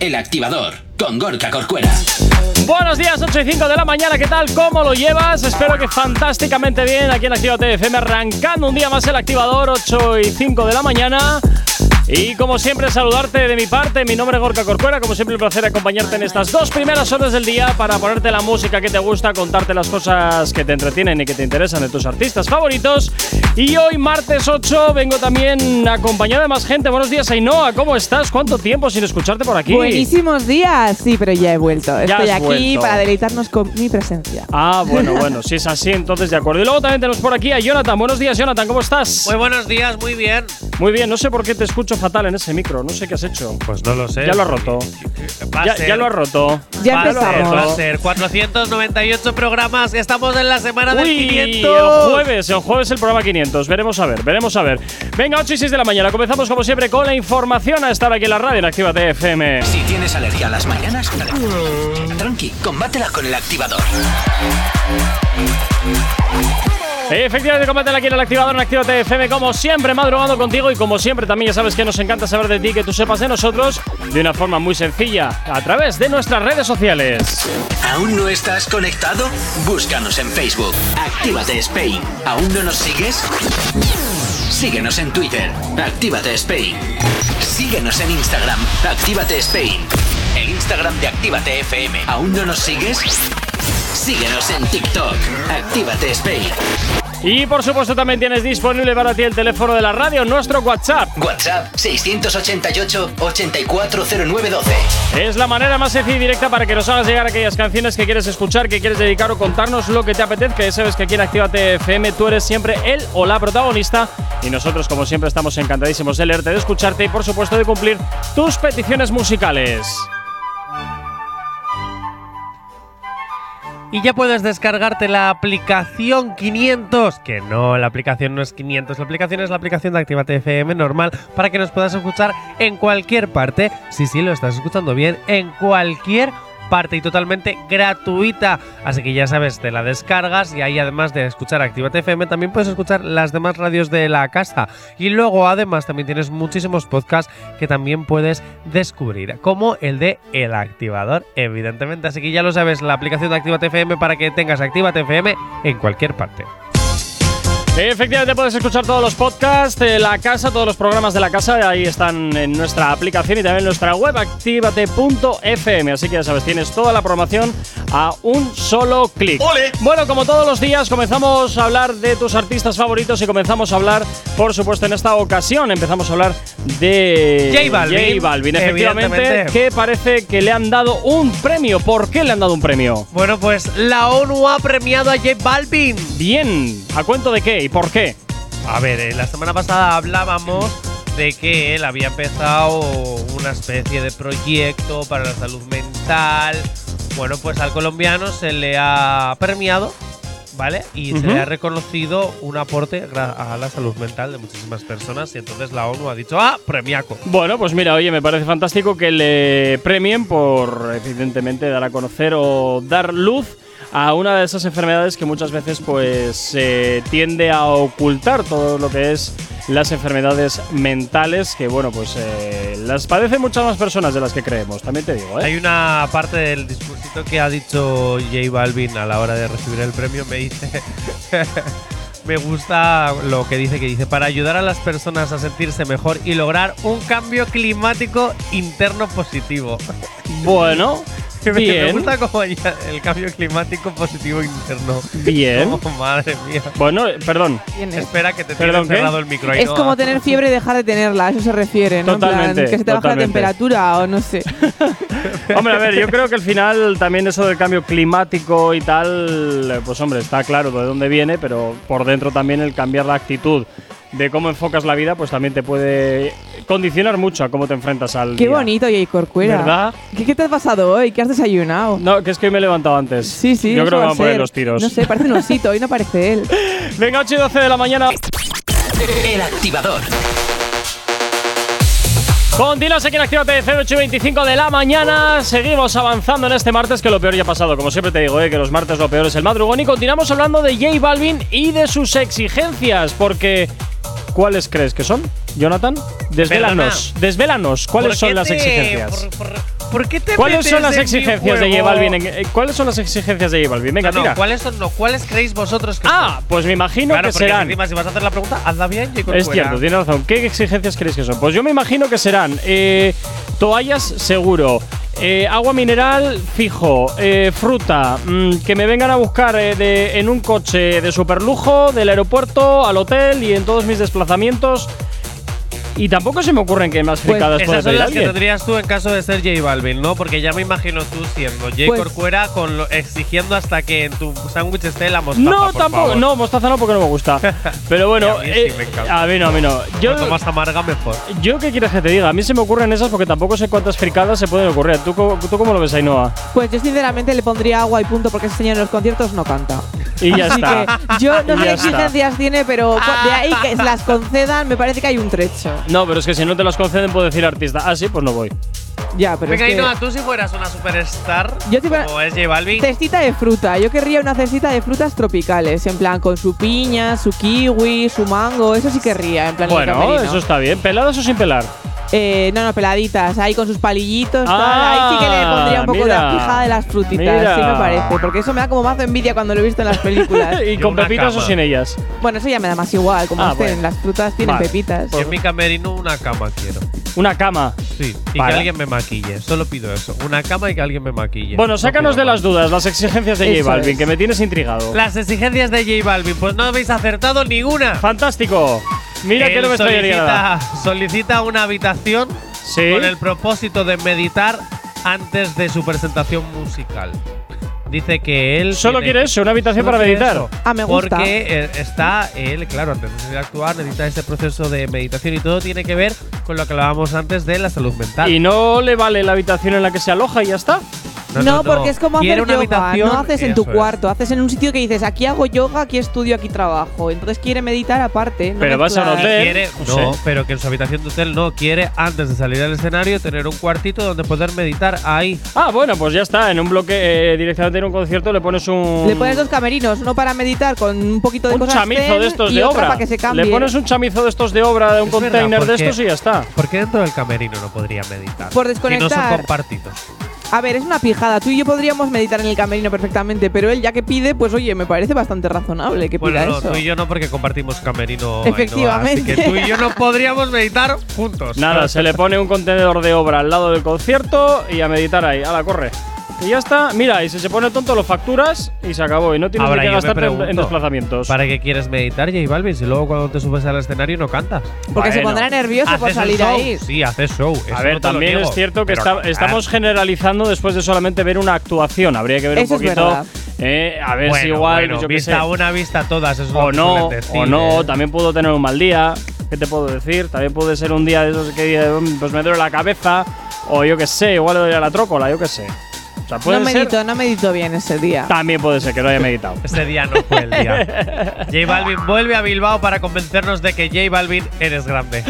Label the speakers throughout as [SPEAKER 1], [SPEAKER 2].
[SPEAKER 1] El activador con Gorka Corcuera.
[SPEAKER 2] Buenos días, 8 y 5 de la mañana, ¿qué tal? ¿Cómo lo llevas? Espero que fantásticamente bien aquí en Actívate FM, arrancando un día más el activador, 8 y 5 de la mañana. Y como siempre, saludarte de mi parte. Mi nombre es Gorka Corcuera. Como siempre, un placer acompañarte en estas dos primeras horas del día para ponerte la música que te gusta, contarte las cosas que te entretienen y que te interesan de tus artistas favoritos. Y hoy, martes 8, vengo también acompañado de más gente. Buenos días, Ainhoa. ¿Cómo estás? ¿Cuánto tiempo sin escucharte por aquí?
[SPEAKER 3] Buenísimos días. Sí, pero ya he vuelto. Estoy
[SPEAKER 2] has
[SPEAKER 3] aquí
[SPEAKER 2] vuelto.
[SPEAKER 3] para deleitarnos con mi presencia.
[SPEAKER 2] Ah, bueno, bueno, si es así, entonces de acuerdo. Y luego también tenemos por aquí a Jonathan. Buenos días, Jonathan, ¿cómo estás?
[SPEAKER 4] Muy buenos días, muy bien.
[SPEAKER 2] Muy bien, no sé por qué te escucho fatal en ese micro, no sé qué has hecho.
[SPEAKER 4] Pues no lo sé. Eh,
[SPEAKER 2] Ya lo ha roto.
[SPEAKER 4] Va a
[SPEAKER 2] Ya,
[SPEAKER 4] ser-
[SPEAKER 2] ya lo has roto.
[SPEAKER 3] Ya
[SPEAKER 4] va a ser,
[SPEAKER 3] empezamos.
[SPEAKER 4] va a ser. 498 programas. Estamos en la semana del
[SPEAKER 2] Uy,
[SPEAKER 4] 500.
[SPEAKER 2] El jueves, el jueves el programa 500. Veremos a ver, veremos a ver. Venga, 8 y 6 de la mañana. Comenzamos como siempre con la información a estar aquí en la radio en Activa FM.
[SPEAKER 1] Si tienes alergia a las mañanas, tranqui, combátela con el activador.
[SPEAKER 2] Eh, Efectivamente, combate aquí en el activador en Activa FM, como siempre, madrugando contigo y como siempre también ya sabes que nos encanta saber de ti, que tú sepas de nosotros de una forma muy sencilla, a través de nuestras redes sociales.
[SPEAKER 1] ¿Aún no estás conectado? Búscanos en Facebook. Actívate Spain. ¿Aún no nos sigues? Síguenos en Twitter. Actívate Spain. Síguenos en Instagram. Actívate Spain. El Instagram de Actívate FM. ¿Aún no nos sigues? Síguenos en TikTok. Actívate Spain.
[SPEAKER 2] Y por supuesto también tienes disponible para ti el teléfono de la radio, nuestro WhatsApp.
[SPEAKER 1] WhatsApp 688 840912.
[SPEAKER 2] Es la manera más sencilla y directa para que nos hagas llegar aquellas canciones que quieres escuchar, que quieres dedicar o contarnos lo que te apetezca. Ya sabes que aquí en Actívate FM tú eres siempre el o la protagonista y nosotros como siempre estamos encantadísimos de leerte, de escucharte y por supuesto de cumplir tus peticiones musicales.
[SPEAKER 4] Y ya puedes descargarte la aplicación 500. Que no, la aplicación no es 500. La aplicación es la aplicación de Actívate FM normal para que nos puedas escuchar en cualquier parte. Sí, sí, lo estás escuchando bien. En cualquier parte y totalmente gratuita. Así que ya sabes, te la descargas y ahí además de escuchar Actívate FM también puedes escuchar las demás radios de la casa. Y luego además también tienes muchísimos podcasts que también puedes descubrir, como el de El Activador, evidentemente. Así que ya lo sabes, la aplicación de Actívate FM para que tengas Actívate FM en cualquier parte.
[SPEAKER 2] Efectivamente, puedes escuchar todos los podcasts de la casa, todos los programas de la casa. Ahí están en nuestra aplicación y también en nuestra web, activate.fm. Así que ya sabes, tienes toda la programación a un solo clic. Bueno, como todos los días, comenzamos a hablar de tus artistas favoritos y comenzamos a hablar, por supuesto, en esta ocasión, empezamos a hablar de
[SPEAKER 4] J Balvin,
[SPEAKER 2] efectivamente,
[SPEAKER 4] evidentemente.
[SPEAKER 2] que parece que le han dado un premio. ¿Por qué le han dado un premio?
[SPEAKER 4] Bueno, pues la ONU ha premiado a J Balvin.
[SPEAKER 2] Bien, ¿a cuento de qué y por qué?
[SPEAKER 4] A ver, eh, la semana pasada hablábamos de que él había empezado una especie de proyecto para la salud mental. Bueno, pues al colombiano se le ha premiado, ¿vale? Y se
[SPEAKER 2] Ujú.
[SPEAKER 4] le ha reconocido un aporte gra- a la salud mental de muchísimas personas. Y entonces la ONU ha dicho, ah, premiaco.
[SPEAKER 2] Bueno, pues mira, oye, me parece fantástico que le premien por, evidentemente, dar a conocer o dar luz a una de esas enfermedades que muchas veces pues se tiende a ocultar todo lo que es las enfermedades mentales que bueno pues eh, las padecen muchas más personas de las que creemos también te digo ¿eh?
[SPEAKER 4] Hay una parte del discursito que ha dicho J Balvin a la hora de recibir el premio. Me dice. me gusta lo que dice, que dice: para ayudar a las personas a sentirse mejor y lograr un cambio climático interno positivo.
[SPEAKER 2] bueno
[SPEAKER 4] Me- Me
[SPEAKER 2] bien
[SPEAKER 4] gusta como ya- el cambio climático positivo interno.
[SPEAKER 2] bien
[SPEAKER 4] Oh, madre mía.
[SPEAKER 2] bueno eh, perdón
[SPEAKER 3] ¿Quién es?
[SPEAKER 4] Espera que te
[SPEAKER 2] Perdón,
[SPEAKER 4] tienen
[SPEAKER 2] ¿qué?
[SPEAKER 4] cerrado el micro.
[SPEAKER 3] Es
[SPEAKER 4] Ainhoa.
[SPEAKER 3] como tener fiebre y dejar de tenerla, a eso se refiere, ¿no? En plan,
[SPEAKER 2] Totalmente,
[SPEAKER 3] que se te baja
[SPEAKER 2] totalmente.
[SPEAKER 3] la temperatura o no sé.
[SPEAKER 2] Hombre, a ver, yo creo que al final también eso del cambio climático y tal, eh, pues hombre, está claro de dónde viene, pero por dentro también el cambiar la actitud de cómo enfocas la vida, pues también te puede condicionar mucho a cómo te enfrentas al
[SPEAKER 3] Qué
[SPEAKER 2] día.
[SPEAKER 3] bonito, Jay Corcuera.
[SPEAKER 2] ¿Verdad?
[SPEAKER 3] ¿Qué, qué te has pasado hoy? ¿Qué has desayunado?
[SPEAKER 2] No, que es que hoy me he levantado antes.
[SPEAKER 3] Sí, sí.
[SPEAKER 2] Yo
[SPEAKER 3] eso
[SPEAKER 2] creo que
[SPEAKER 3] va
[SPEAKER 2] van a poner
[SPEAKER 3] ser.
[SPEAKER 2] los tiros.
[SPEAKER 3] No sé, parece un osito, hoy no parece él.
[SPEAKER 2] Venga, 8 y 12 de la mañana.
[SPEAKER 1] El activador.
[SPEAKER 2] Continuas aquí en Actívate 0825 de la mañana. Seguimos avanzando en este martes, que lo peor ya ha pasado. Como siempre te digo, eh, que los martes lo peor es el madrugón. Y continuamos hablando de J Balvin y de sus exigencias. Porque, ¿cuáles crees que son, Jonathan? Desvélanos. Desvélanos. ¿Cuáles
[SPEAKER 4] ¿Por
[SPEAKER 2] son
[SPEAKER 4] qué
[SPEAKER 2] las
[SPEAKER 4] te-
[SPEAKER 2] exigencias?
[SPEAKER 4] por- por- ¿Por qué te
[SPEAKER 2] ¿Cuáles
[SPEAKER 4] metes
[SPEAKER 2] son las
[SPEAKER 4] en mi
[SPEAKER 2] exigencias de J
[SPEAKER 4] juego?
[SPEAKER 2] Balvin? en- eh, ¿Cuáles son las exigencias de J Balvin? Venga,
[SPEAKER 4] No, no,
[SPEAKER 2] tira.
[SPEAKER 4] ¿cuáles, son, no, ¿Cuáles creéis vosotros que
[SPEAKER 2] Ah, pues me imagino
[SPEAKER 4] son? Claro,
[SPEAKER 2] que
[SPEAKER 4] porque
[SPEAKER 2] serán.
[SPEAKER 4] encima si vas a hacer la pregunta, hazla bien y con
[SPEAKER 2] Es
[SPEAKER 4] cuera.
[SPEAKER 2] cierto, tiene razón. ¿Qué exigencias creéis que son? Pues yo me imagino que serán eh, toallas seguro, eh, agua mineral fijo, eh, fruta, mm, que me vengan a buscar eh, de- en un coche de superlujo, del aeropuerto al hotel y en todos mis desplazamientos. Y tampoco se me ocurren que más
[SPEAKER 3] Pues
[SPEAKER 2] fricadas pueda
[SPEAKER 4] Esas son
[SPEAKER 2] pedir
[SPEAKER 4] las que
[SPEAKER 2] alguien.
[SPEAKER 4] tendrías tú en caso de ser J Balvin, ¿no? Porque ya me imagino tú siendo J
[SPEAKER 3] Pues-
[SPEAKER 4] Corcuera con lo- exigiendo hasta que en tu sándwich esté la mostaza.
[SPEAKER 2] No,
[SPEAKER 4] por
[SPEAKER 2] tampoco.
[SPEAKER 4] favor.
[SPEAKER 2] No, mostaza no porque no me gusta. Pero bueno,
[SPEAKER 4] Y a mí sí
[SPEAKER 2] eh,
[SPEAKER 4] me encanta.
[SPEAKER 2] a mí no, a mí no. Yo,
[SPEAKER 4] Cuanto más amarga, mejor.
[SPEAKER 2] yo qué quieres que te diga, a mí se me ocurren esas porque tampoco sé cuántas fricadas se pueden ocurrir. ¿Tú, co- tú cómo lo ves, Ainhoa?
[SPEAKER 3] Pues yo sinceramente le pondría agua y punto porque ese señor en los conciertos no canta.
[SPEAKER 2] Y ya
[SPEAKER 3] Así
[SPEAKER 2] está.
[SPEAKER 3] que yo no sé
[SPEAKER 2] Y
[SPEAKER 3] qué
[SPEAKER 2] ya está.
[SPEAKER 3] exigencias tiene, pero cua- de ahí que las concedan me parece que hay un trecho.
[SPEAKER 2] No, pero es que si no te las conceden puedo decir artista. Ah, sí, pues no voy.
[SPEAKER 3] Ya, pero
[SPEAKER 4] Venga,
[SPEAKER 3] es que-
[SPEAKER 4] Ainhoa, tú si fueras una superstar,
[SPEAKER 3] Yo te iba-
[SPEAKER 4] como es J Balvin,
[SPEAKER 3] Cestita de fruta. Yo querría una cestita de frutas tropicales, en plan con su piña, su kiwi, su mango. Eso sí querría, en plan en el
[SPEAKER 2] Bueno,
[SPEAKER 3] camerino.
[SPEAKER 2] eso está bien. ¿Peladas o sin pelar?
[SPEAKER 3] Eh, no, no, peladitas, ahí con sus palillitos. tal.
[SPEAKER 2] Ah,
[SPEAKER 3] Ahí sí que le pondría un poco de
[SPEAKER 2] mira.
[SPEAKER 3] la pijada de las frutitas,
[SPEAKER 2] Mira.
[SPEAKER 3] sí me parece. Porque eso me da como mazo envidia cuando lo he visto en las películas.
[SPEAKER 2] ¿Y
[SPEAKER 4] Yo
[SPEAKER 2] con
[SPEAKER 4] una
[SPEAKER 2] pepitas o
[SPEAKER 4] cama.
[SPEAKER 2] sin ellas?
[SPEAKER 3] bueno, eso ya me da más igual, como
[SPEAKER 2] Ah,
[SPEAKER 3] estén.
[SPEAKER 2] bueno.
[SPEAKER 3] Las frutas tienen
[SPEAKER 2] Vale. Pues,
[SPEAKER 3] pepitas.
[SPEAKER 4] yo en mi camerino una cama quiero.
[SPEAKER 2] Una cama.
[SPEAKER 4] Sí, y
[SPEAKER 2] Vale.
[SPEAKER 4] que alguien me maquille. Solo pido eso. Una cama y que alguien me maquille.
[SPEAKER 2] Bueno,
[SPEAKER 4] No
[SPEAKER 2] sácanos
[SPEAKER 4] pido
[SPEAKER 2] de las
[SPEAKER 4] más.
[SPEAKER 2] dudas, las exigencias de J
[SPEAKER 3] Eso
[SPEAKER 2] Balvin,
[SPEAKER 3] es.
[SPEAKER 2] que me tienes intrigado.
[SPEAKER 4] Las exigencias de J Balvin, pues no habéis acertado ninguna.
[SPEAKER 2] ¡Fantástico! Mira
[SPEAKER 4] Él
[SPEAKER 2] que no me estoy nada.
[SPEAKER 4] solicita, solicita una habitación
[SPEAKER 2] Sí.
[SPEAKER 4] con el propósito de meditar antes de su presentación musical. Dice que él.
[SPEAKER 2] Solo
[SPEAKER 4] tiene-
[SPEAKER 2] quiere eso, una habitación
[SPEAKER 4] solo
[SPEAKER 2] para
[SPEAKER 4] quiere
[SPEAKER 2] meditar.
[SPEAKER 4] eso.
[SPEAKER 3] Ah, me gusta.
[SPEAKER 4] Porque eh, está él, claro, antes de actuar, necesita este proceso de meditación y todo tiene que ver con lo que hablábamos antes de la salud mental.
[SPEAKER 2] Y no le vale la habitación en la que se aloja y ya está.
[SPEAKER 3] No, porque es como
[SPEAKER 4] Quiere
[SPEAKER 3] hacer
[SPEAKER 4] una
[SPEAKER 3] yoga.
[SPEAKER 4] habitación-
[SPEAKER 3] No haces en tu
[SPEAKER 4] eso es.
[SPEAKER 3] cuarto, haces en un sitio que dices aquí hago yoga, aquí estudio, aquí trabajo. Entonces quiere meditar aparte. no
[SPEAKER 2] Pero vas a un
[SPEAKER 3] mezclar.
[SPEAKER 2] hotel. Él,
[SPEAKER 4] Quiere,
[SPEAKER 2] no
[SPEAKER 4] no,
[SPEAKER 2] sé.
[SPEAKER 4] pero que en su habitación de hotel no. Quiere, antes de salir al escenario, tener un cuartito donde poder meditar ahí.
[SPEAKER 2] Ah, bueno, pues ya está. En un bloque, eh, directamente en un concierto le pones un.
[SPEAKER 3] Le pones dos camerinos, uno para meditar con un poquito de
[SPEAKER 2] un
[SPEAKER 3] cosas
[SPEAKER 2] chamizo
[SPEAKER 3] zen
[SPEAKER 2] de estos
[SPEAKER 3] y
[SPEAKER 2] de
[SPEAKER 3] otra
[SPEAKER 2] obra.
[SPEAKER 3] para que se cambie.
[SPEAKER 2] Le pones un chamizo de estos de obra, de un
[SPEAKER 4] Es verdad,
[SPEAKER 2] container de
[SPEAKER 4] porque-
[SPEAKER 2] estos y ya está.
[SPEAKER 4] ¿Por qué dentro del camerino no podría meditar?
[SPEAKER 3] Por
[SPEAKER 4] Si no son
[SPEAKER 3] desconectar.
[SPEAKER 4] compartidos.
[SPEAKER 3] A ver, es una pijada. Tú y yo podríamos meditar en el camerino perfectamente, pero él ya que pide, pues oye, me parece bastante razonable que
[SPEAKER 4] Bueno,
[SPEAKER 3] pida
[SPEAKER 4] no,
[SPEAKER 3] eso.
[SPEAKER 4] tú y yo no porque compartimos camerino. Ainhoa,
[SPEAKER 3] Efectivamente.
[SPEAKER 4] así que tú y yo no podríamos meditar juntos.
[SPEAKER 2] Nada, se le pone un contenedor de obra al lado del concierto y a meditar ahí. la corre. Y ya está. Mira, y si se pone tonto, lo facturas y se acabó. Y no tienes
[SPEAKER 4] Ahora
[SPEAKER 2] ni que
[SPEAKER 4] yo me
[SPEAKER 2] gastarte en- en
[SPEAKER 4] pregunto,
[SPEAKER 2] desplazamientos.
[SPEAKER 4] ¿Para qué quieres meditar, J Balvin? Si luego cuando te subes al escenario no cantas.
[SPEAKER 3] Porque se
[SPEAKER 2] Bueno.
[SPEAKER 3] pondrá nervioso por
[SPEAKER 4] ¿Haces un
[SPEAKER 3] salir
[SPEAKER 4] show?
[SPEAKER 3] ahí.
[SPEAKER 4] Sí, haces show. eso
[SPEAKER 2] A
[SPEAKER 4] no
[SPEAKER 2] ver,
[SPEAKER 4] te lo
[SPEAKER 2] también
[SPEAKER 4] niego,
[SPEAKER 2] es cierto que
[SPEAKER 4] pero ah.
[SPEAKER 2] está-
[SPEAKER 4] cantar.
[SPEAKER 2] estamos generalizando después de solamente ver una actuación. Habría que ver
[SPEAKER 3] Eso
[SPEAKER 2] un
[SPEAKER 3] es
[SPEAKER 2] poquito.
[SPEAKER 3] verdad.
[SPEAKER 2] eh, a ver
[SPEAKER 4] Bueno,
[SPEAKER 2] si igual,
[SPEAKER 4] bueno,
[SPEAKER 2] yo qué sé.
[SPEAKER 4] vista una, vista todas. Eso es lo
[SPEAKER 2] o
[SPEAKER 4] que
[SPEAKER 2] no,
[SPEAKER 4] suelen decir,
[SPEAKER 2] o no,
[SPEAKER 4] ¿eh?
[SPEAKER 2] también puedo tener un mal día, ¿qué te puedo decir? También puede ser un día de esos que eh, pues me duele la cabeza, o yo qué sé, igual le doy a la trócola, yo qué sé. O sea, puede
[SPEAKER 3] No
[SPEAKER 2] ser,
[SPEAKER 3] medito, no medito bien ese día.
[SPEAKER 2] también puede ser que no haya meditado.
[SPEAKER 4] Ese Este día no fue el día. J Balvin vuelve a Bilbao para convencernos de que J Balvin eres grande.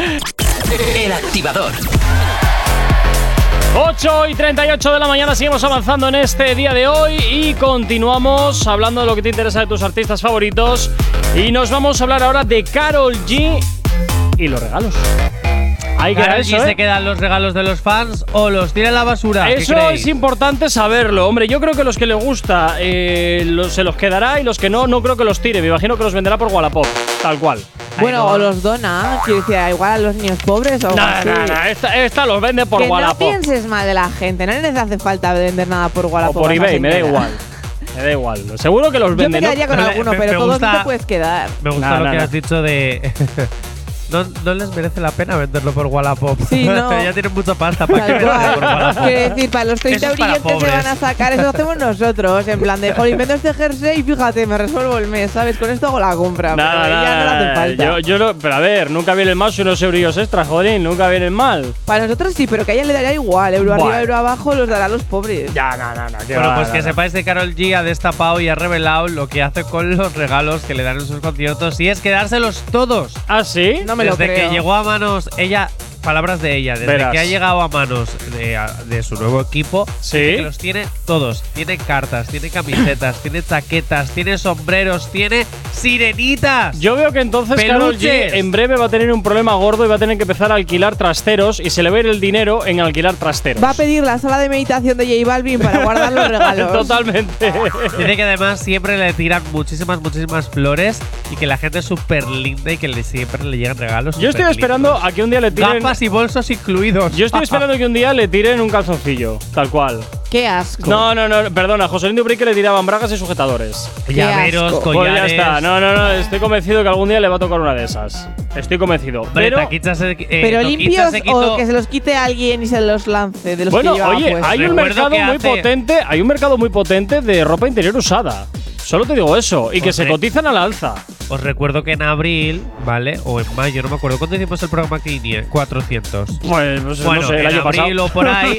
[SPEAKER 1] El activador.
[SPEAKER 2] 8 y 38 de la mañana seguimos avanzando en este día de hoy y continuamos hablando de lo que te interesa de tus artistas favoritos y nos vamos a hablar ahora de Carol G y los regalos. Hay que
[SPEAKER 4] Karol
[SPEAKER 2] dar
[SPEAKER 4] G
[SPEAKER 2] eso, ¿eh?
[SPEAKER 4] se quedan los regalos de los fans o los tira a la basura. ¿Qué
[SPEAKER 2] Eso
[SPEAKER 4] creéis?
[SPEAKER 2] es importante saberlo, hombre. Yo creo que los que le gusta eh, lo- se los quedará y los que no, no creo que los tire. Me imagino que los venderá por Wallapop, tal cual.
[SPEAKER 3] bueno,
[SPEAKER 4] no.
[SPEAKER 3] o los dona, quiero decir, igual a los niños pobres o algo
[SPEAKER 2] Nada,
[SPEAKER 3] así.
[SPEAKER 2] nada, nada. Esta, esta los vende por
[SPEAKER 3] que no
[SPEAKER 2] Wallapop
[SPEAKER 3] pienses mal de la gente, no les hace falta vender nada por
[SPEAKER 2] o
[SPEAKER 3] Wallapop.
[SPEAKER 2] por
[SPEAKER 3] a esa
[SPEAKER 2] eBay, me da
[SPEAKER 3] señora.
[SPEAKER 2] igual. Me da igual. Seguro que los
[SPEAKER 3] Yo me
[SPEAKER 2] venden. ¿no?
[SPEAKER 3] quedaría con
[SPEAKER 4] Pero le-
[SPEAKER 3] alguno,
[SPEAKER 4] me-
[SPEAKER 3] pero
[SPEAKER 4] me
[SPEAKER 3] todos
[SPEAKER 4] gusta-
[SPEAKER 3] no te puedes quedar.
[SPEAKER 4] Me gusta
[SPEAKER 2] No,
[SPEAKER 4] lo
[SPEAKER 2] no,
[SPEAKER 4] que
[SPEAKER 2] no.
[SPEAKER 4] has dicho de. no, no les merece la pena venderlo por Wallapop.
[SPEAKER 3] Sí, no.
[SPEAKER 4] ya tienen mucha pasta para que
[SPEAKER 3] Tal
[SPEAKER 4] venderlo por
[SPEAKER 3] cual.
[SPEAKER 4] Wallapop.
[SPEAKER 3] Quiero decir, para los 30
[SPEAKER 4] Eso es para
[SPEAKER 3] brillantes que
[SPEAKER 4] pobres.
[SPEAKER 3] van a sacar, eso lo hacemos nosotros. En plan de, jolín, vendo este jersey y fíjate, me resuelvo el mes, ¿sabes? Con esto hago la compra.
[SPEAKER 2] Nada,
[SPEAKER 3] pero ya
[SPEAKER 2] nada,
[SPEAKER 3] no le hace
[SPEAKER 2] nada.
[SPEAKER 3] falta.
[SPEAKER 2] Yo, yo lo- pero a ver, nunca vienen mal si unos eurillos extra, jodín, nunca vienen mal.
[SPEAKER 3] Para nosotros sí, pero que a ella le daría igual. Euro
[SPEAKER 2] Bueno.
[SPEAKER 3] arriba, euro abajo, los dará a los pobres.
[SPEAKER 2] Ya, no, no, no. qué
[SPEAKER 4] Bueno,
[SPEAKER 2] va,
[SPEAKER 4] pues
[SPEAKER 2] no,
[SPEAKER 4] que
[SPEAKER 2] no.
[SPEAKER 4] sepáis que Carol G ha destapado y ha revelado lo que hace con los regalos que le dan en sus conciertos y es quedárselos todos.
[SPEAKER 2] ¿Ah, sí?
[SPEAKER 3] No me lo
[SPEAKER 4] desde
[SPEAKER 3] creo.
[SPEAKER 4] que llegó a manos, ella, palabras de ella, desde
[SPEAKER 2] Verás.
[SPEAKER 4] que ha llegado a manos de, a- de su nuevo equipo,
[SPEAKER 2] Sí.
[SPEAKER 4] dice que los tiene todos. Tiene cartas, tiene camisetas, tiene chaquetas, tiene sombreros, tiene sirenitas.
[SPEAKER 2] Yo veo que entonces Carol
[SPEAKER 4] Peluches.
[SPEAKER 2] G en breve va a tener un problema gordo y va a tener que empezar a alquilar trasteros y se le va a ir el dinero en alquilar trasteros.
[SPEAKER 3] Va a pedir la sala de meditación de J Balvin para guardar los regalos.
[SPEAKER 2] Totalmente.
[SPEAKER 4] Dice que además siempre le tiran muchísimas, muchísimas flores y que la gente es súper linda y que le- siempre le llegan regalos.
[SPEAKER 2] Yo estoy
[SPEAKER 4] superlindos.
[SPEAKER 2] esperando a que un día le tiren.
[SPEAKER 4] Gafas y bolsos incluidos.
[SPEAKER 2] Yo estoy esperando que un día le tiren un calzoncillo, tal cual.
[SPEAKER 3] Qué asco.
[SPEAKER 2] No, eh, no, no, perdona, a José Luis Dubrique le tiraban bragas y sujetadores.
[SPEAKER 3] Qué
[SPEAKER 4] Llaveros,
[SPEAKER 3] asco.
[SPEAKER 2] Pues ya
[SPEAKER 4] collares.
[SPEAKER 2] está, no, no, no, estoy convencido que algún día le va a tocar una de esas. Estoy convencido.
[SPEAKER 4] Hombre,
[SPEAKER 2] Pero,
[SPEAKER 4] Taquicha se- eh,
[SPEAKER 3] Pero
[SPEAKER 4] Toquicha
[SPEAKER 3] limpios
[SPEAKER 4] se quitó-
[SPEAKER 3] o que se los quite alguien y se los lance de los
[SPEAKER 2] bueno,
[SPEAKER 3] que pues. llevaba
[SPEAKER 2] oye,
[SPEAKER 3] puestos.
[SPEAKER 2] hay un
[SPEAKER 4] pues, Recuerdo
[SPEAKER 2] mercado
[SPEAKER 4] que
[SPEAKER 2] muy
[SPEAKER 4] hace-
[SPEAKER 2] potente, hay un mercado muy potente de ropa interior usada. Solo te digo eso, y que se
[SPEAKER 4] Correcto.
[SPEAKER 2] cotizan al alza.
[SPEAKER 4] Os recuerdo que en abril, ¿vale? O en mayo, no me acuerdo. ¿Cuándo hicimos el programa aquí? 400.
[SPEAKER 2] Pues no sé,
[SPEAKER 4] Bueno,
[SPEAKER 2] no sé, el
[SPEAKER 4] en
[SPEAKER 2] año
[SPEAKER 4] abril
[SPEAKER 2] pasado.
[SPEAKER 4] o por ahí.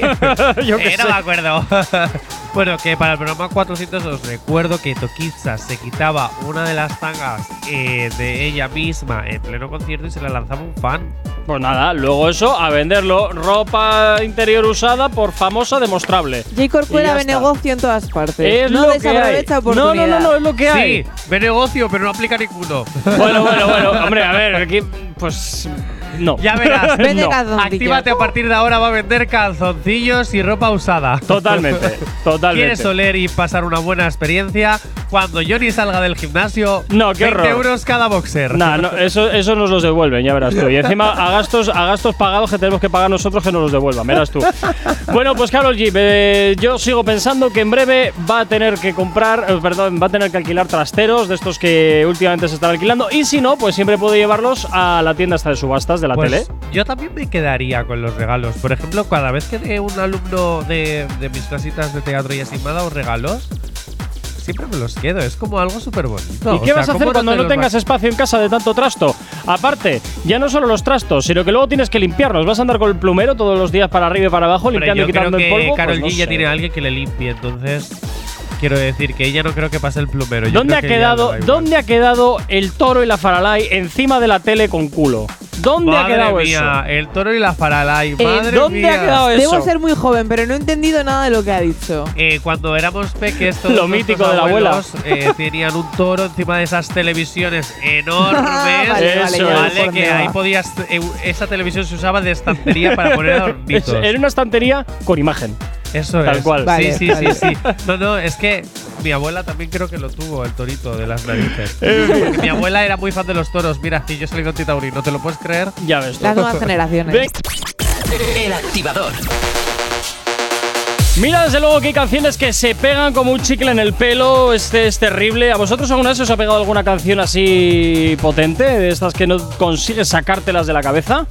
[SPEAKER 2] Yo qué
[SPEAKER 4] Eh, no
[SPEAKER 2] sé.
[SPEAKER 4] me acuerdo. bueno, que para el programa 400 os recuerdo que Toquiza se quitaba una de las tangas eh, de ella misma en pleno concierto y se la lanzaba un fan.
[SPEAKER 2] Pues nada, luego eso, a venderlo. Ropa interior usada por famosa demostrable.
[SPEAKER 3] J.
[SPEAKER 2] Y
[SPEAKER 3] Corcuera
[SPEAKER 2] ya
[SPEAKER 3] ve
[SPEAKER 2] está.
[SPEAKER 3] negocio en todas partes.
[SPEAKER 2] Es
[SPEAKER 3] no
[SPEAKER 2] lo que hay.
[SPEAKER 3] desaprovecha
[SPEAKER 2] No, no, no,
[SPEAKER 3] oportunidad.
[SPEAKER 2] no, es lo que hay.
[SPEAKER 4] Sí, ve negocio, pero no aplica ninguno.
[SPEAKER 2] Bueno, bueno, bueno. Hombre, a ver, aquí, pues. No.
[SPEAKER 4] ya verás.
[SPEAKER 3] Vende
[SPEAKER 2] No.
[SPEAKER 3] calzoncillos.
[SPEAKER 4] Actívate a partir de ahora, va a vender calzoncillos y ropa usada.
[SPEAKER 2] Totalmente, totalmente.
[SPEAKER 4] ¿Quieres oler y pasar una buena experiencia? Cuando Johnny salga del gimnasio,
[SPEAKER 2] No, qué
[SPEAKER 4] 20
[SPEAKER 2] horror.
[SPEAKER 4] euros cada boxer.
[SPEAKER 2] Nah, no, eso, eso nos los devuelven, ya verás tú. Y encima a gastos, a gastos pagados que tenemos que pagar nosotros que nos los devuelvan, verás tú. Bueno, pues Carol G, eh, yo sigo pensando que en breve va a tener que comprar, eh, perdón, va a tener que alquilar trasteros de estos que últimamente se están alquilando. Y si no, pues siempre puede llevarlos a la tienda esta de subastas de la
[SPEAKER 4] Pues
[SPEAKER 2] tele.
[SPEAKER 4] Yo también me quedaría con los regalos. Por ejemplo, cada vez que dé un alumno de, de mis clasitas de teatro y así me ha dado regalos, siempre me los quedo. Es como algo súper bonito.
[SPEAKER 2] ¿Y qué vas a hacer cuando no tengas espacio en casa de tanto trasto? Aparte, ya no solo los trastos, sino que luego tienes que limpiarlos. Vas a andar con el plumero todos los días para arriba y para abajo,
[SPEAKER 4] Pero
[SPEAKER 2] limpiando
[SPEAKER 4] yo
[SPEAKER 2] y
[SPEAKER 4] creo
[SPEAKER 2] quitando
[SPEAKER 4] que
[SPEAKER 2] el polvo. Pues
[SPEAKER 4] Carol
[SPEAKER 2] no
[SPEAKER 4] G ya
[SPEAKER 2] sé.
[SPEAKER 4] tiene a alguien que le limpie, entonces quiero decir que ella no creo que pase el plumero. Yo
[SPEAKER 2] ¿Dónde
[SPEAKER 4] creo
[SPEAKER 2] ha,
[SPEAKER 4] que ella le
[SPEAKER 2] quedado,
[SPEAKER 4] da igual.
[SPEAKER 2] ¿Dónde ha quedado el toro y la faralay encima de la tele con culo? ¿Dónde
[SPEAKER 4] Madre
[SPEAKER 2] ha quedado
[SPEAKER 4] mía, el toro y la faralay.
[SPEAKER 2] Eh,
[SPEAKER 4] Madre
[SPEAKER 2] ¿dónde
[SPEAKER 4] mía.
[SPEAKER 2] ha quedado eso?
[SPEAKER 3] Debo ser muy joven, pero no he entendido nada de lo que ha dicho.
[SPEAKER 4] Eh, cuando éramos peques, todos
[SPEAKER 2] Lo
[SPEAKER 4] nuestros
[SPEAKER 2] mítico de la
[SPEAKER 4] abuelos, eh, tenían un toro encima de esas televisiones enormes.
[SPEAKER 3] vale,
[SPEAKER 2] vale, ya
[SPEAKER 4] vale,
[SPEAKER 3] sé por
[SPEAKER 4] que
[SPEAKER 3] dónde
[SPEAKER 4] ahí
[SPEAKER 3] va.
[SPEAKER 4] podías. eh, esa televisión se usaba de estantería para poner
[SPEAKER 2] Es-
[SPEAKER 4] adornitos.
[SPEAKER 2] Era una estantería con imagen.
[SPEAKER 4] Eso
[SPEAKER 2] tal
[SPEAKER 4] es.
[SPEAKER 2] cual.
[SPEAKER 4] Sí,
[SPEAKER 3] Vale,
[SPEAKER 4] sí,
[SPEAKER 3] vale.
[SPEAKER 4] sí, sí. No, no, es que mi abuela también creo que lo tuvo, el torito de las narices.
[SPEAKER 3] Eh,
[SPEAKER 4] Porque mi abuela era muy fan de los toros. Mira, y yo salí con Tita Uri, ¿no te lo puedes creer?
[SPEAKER 2] Ya ves. tú.
[SPEAKER 3] Las nuevas generaciones.
[SPEAKER 2] Ve-
[SPEAKER 1] El activador.
[SPEAKER 2] Mira, desde luego que hay canciones que se pegan como un chicle en el pelo. Este es terrible. ¿A vosotros alguna vez os ha pegado alguna canción así potente? De estas que no consigues sacártelas de la cabeza.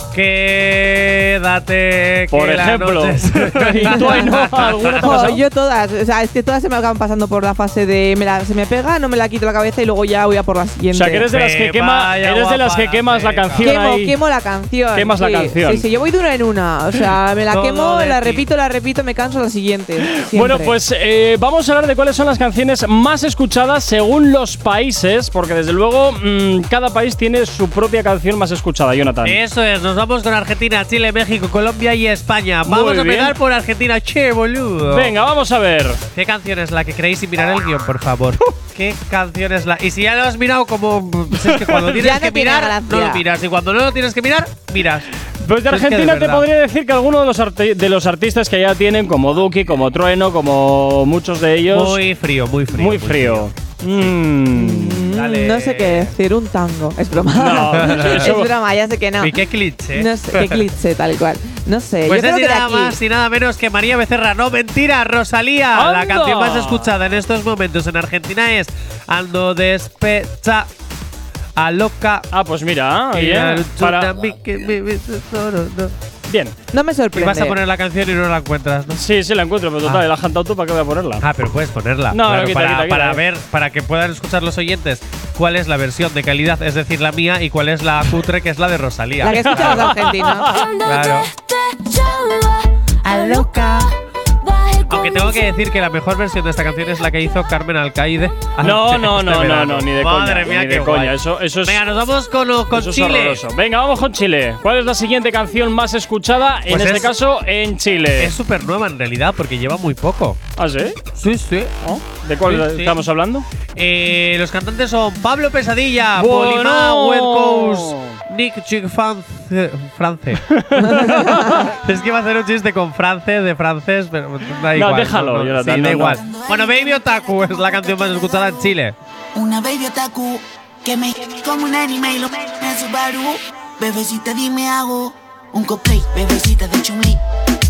[SPEAKER 4] Quédate. que
[SPEAKER 2] Por
[SPEAKER 4] la
[SPEAKER 2] ejemplo.
[SPEAKER 4] noche se-
[SPEAKER 2] y tú, Ainhoa, ¿alguna te ha
[SPEAKER 3] Jo,
[SPEAKER 2] pasado?
[SPEAKER 3] yo todas, o sea, es que todas se me acaban pasando por la fase de me la- se me pega, no me la quito la cabeza y luego ya voy a por la
[SPEAKER 2] O
[SPEAKER 3] siguiente.
[SPEAKER 2] sea, que eres de las que,
[SPEAKER 4] Me
[SPEAKER 2] quema,
[SPEAKER 4] vaya
[SPEAKER 2] eres de las que
[SPEAKER 4] guapa la
[SPEAKER 2] quemas la
[SPEAKER 4] pega.
[SPEAKER 2] canción
[SPEAKER 3] Quemo,
[SPEAKER 2] ahí.
[SPEAKER 3] quemo la canción.
[SPEAKER 2] Quemas la
[SPEAKER 3] sí.
[SPEAKER 2] canción.
[SPEAKER 3] Sí, sí, yo voy de una en una. O sea, me la
[SPEAKER 4] Todo
[SPEAKER 3] quemo,
[SPEAKER 4] de
[SPEAKER 3] la
[SPEAKER 4] ti.
[SPEAKER 3] repito, la repito, me canso la siguiente. siempre.
[SPEAKER 2] Bueno, pues eh, vamos a hablar de cuáles son las canciones más escuchadas según los países, porque desde luego mm, cada país tiene su propia canción más escuchada, Jonathan.
[SPEAKER 4] Eso es, nos vamos con Argentina, Chile, México, Colombia y España.
[SPEAKER 2] Muy
[SPEAKER 4] Vamos a
[SPEAKER 2] bien.
[SPEAKER 4] pegar por Argentina, che, boludo.
[SPEAKER 2] Venga, vamos a ver.
[SPEAKER 4] ¿Qué canción es la que creéis sin mirar el guión, por favor? ¿Qué canción es la.? Y si ya lo has mirado, como. pues es que cuando tienes
[SPEAKER 3] Ya no
[SPEAKER 4] que
[SPEAKER 3] tiene
[SPEAKER 4] mirar,
[SPEAKER 3] gracia.
[SPEAKER 4] no lo miras. Y cuando no lo tienes que mirar, miras.
[SPEAKER 2] Pues de
[SPEAKER 4] Es que de
[SPEAKER 2] Argentina te
[SPEAKER 4] verdad.
[SPEAKER 2] podría decir que algunos de los, arti- de los artistas que ya tienen, como Duki, como Trueno, como muchos de ellos,
[SPEAKER 4] Muy frío, muy frío.
[SPEAKER 2] muy frío. Mm.
[SPEAKER 3] Mm,
[SPEAKER 4] dale.
[SPEAKER 3] No sé qué decir, un tango. Es broma.
[SPEAKER 2] No, no,
[SPEAKER 3] es
[SPEAKER 2] eso-
[SPEAKER 3] broma, ya sé que no.
[SPEAKER 4] Y qué cliché.
[SPEAKER 3] No sé, qué cliché, tal cual. No sé,
[SPEAKER 4] Pues
[SPEAKER 3] yo creo
[SPEAKER 4] es ni
[SPEAKER 3] que de
[SPEAKER 4] nada
[SPEAKER 3] aquí.
[SPEAKER 4] más y nada menos que María Becerra. No, mentira, Rosalía. La
[SPEAKER 2] ¡Anda!
[SPEAKER 4] canción más escuchada en estos momentos en Argentina es Ando despecha a loca.
[SPEAKER 2] Ah, pues mira,
[SPEAKER 4] Y la
[SPEAKER 2] bien.
[SPEAKER 4] lucha
[SPEAKER 2] Para-
[SPEAKER 4] mi- que mi- mi tesoro, no.
[SPEAKER 2] bien.
[SPEAKER 3] No me
[SPEAKER 4] Y
[SPEAKER 3] sorprende.
[SPEAKER 4] vas a poner la canción y no la encuentras, ¿no?
[SPEAKER 2] Sí, sí, la encuentro, pero total,
[SPEAKER 4] Ah.
[SPEAKER 2] la has cantado tú, ¿para qué voy a ponerla?
[SPEAKER 4] Ah, pero puedes ponerla.
[SPEAKER 2] No, no,
[SPEAKER 4] Claro,
[SPEAKER 2] quita,
[SPEAKER 4] para,
[SPEAKER 2] quita, quita,
[SPEAKER 4] para
[SPEAKER 2] eh.
[SPEAKER 4] ver, para que puedan escuchar los oyentes cuál es la versión de calidad, es decir, la mía, y cuál es la cutre, que es la de Rosalía.
[SPEAKER 3] La que escuchan los argentinos.
[SPEAKER 4] Claro.
[SPEAKER 5] A loca.
[SPEAKER 4] Aunque tengo que decir que la mejor versión de esta canción es la que hizo Carmen Alcaide.
[SPEAKER 2] No,
[SPEAKER 4] antes
[SPEAKER 2] no, no,
[SPEAKER 4] de
[SPEAKER 2] no,
[SPEAKER 4] verano.
[SPEAKER 2] no, ni de
[SPEAKER 4] Madre
[SPEAKER 2] coña.
[SPEAKER 4] mía,
[SPEAKER 2] ni
[SPEAKER 4] qué
[SPEAKER 2] de coña.
[SPEAKER 4] guay.
[SPEAKER 2] Eso, eso es.
[SPEAKER 4] Venga, nos vamos con, con
[SPEAKER 2] Eso es
[SPEAKER 4] Chile.
[SPEAKER 2] horroroso. Venga, vamos con Chile. ¿Cuál es la siguiente canción más escuchada, en
[SPEAKER 4] Pues
[SPEAKER 2] este
[SPEAKER 4] es-
[SPEAKER 2] caso, en Chile?
[SPEAKER 4] Es súper nueva en realidad porque lleva muy poco.
[SPEAKER 2] ¿Ah, sí?
[SPEAKER 4] Sí, sí.
[SPEAKER 2] ¿De cuál
[SPEAKER 4] Sí, sí.
[SPEAKER 2] estamos hablando?
[SPEAKER 4] Eh, los cantantes son Pablo Pesadilla,
[SPEAKER 2] Bueno.
[SPEAKER 4] Polima, West Coast, Nick Chick France. France. es que iba a hacer un chiste con France de francés, pero pues, da igual.
[SPEAKER 2] déjalo, Jonathan,
[SPEAKER 4] sí,
[SPEAKER 2] no,
[SPEAKER 4] da
[SPEAKER 2] no.
[SPEAKER 4] igual. Bueno, Baby Otaku es la canción más escuchada en Chile.
[SPEAKER 6] Una baby otaku que me como un anime y lo en su baru. Bebecita, dime hago un cosplay, bebecita de chumli,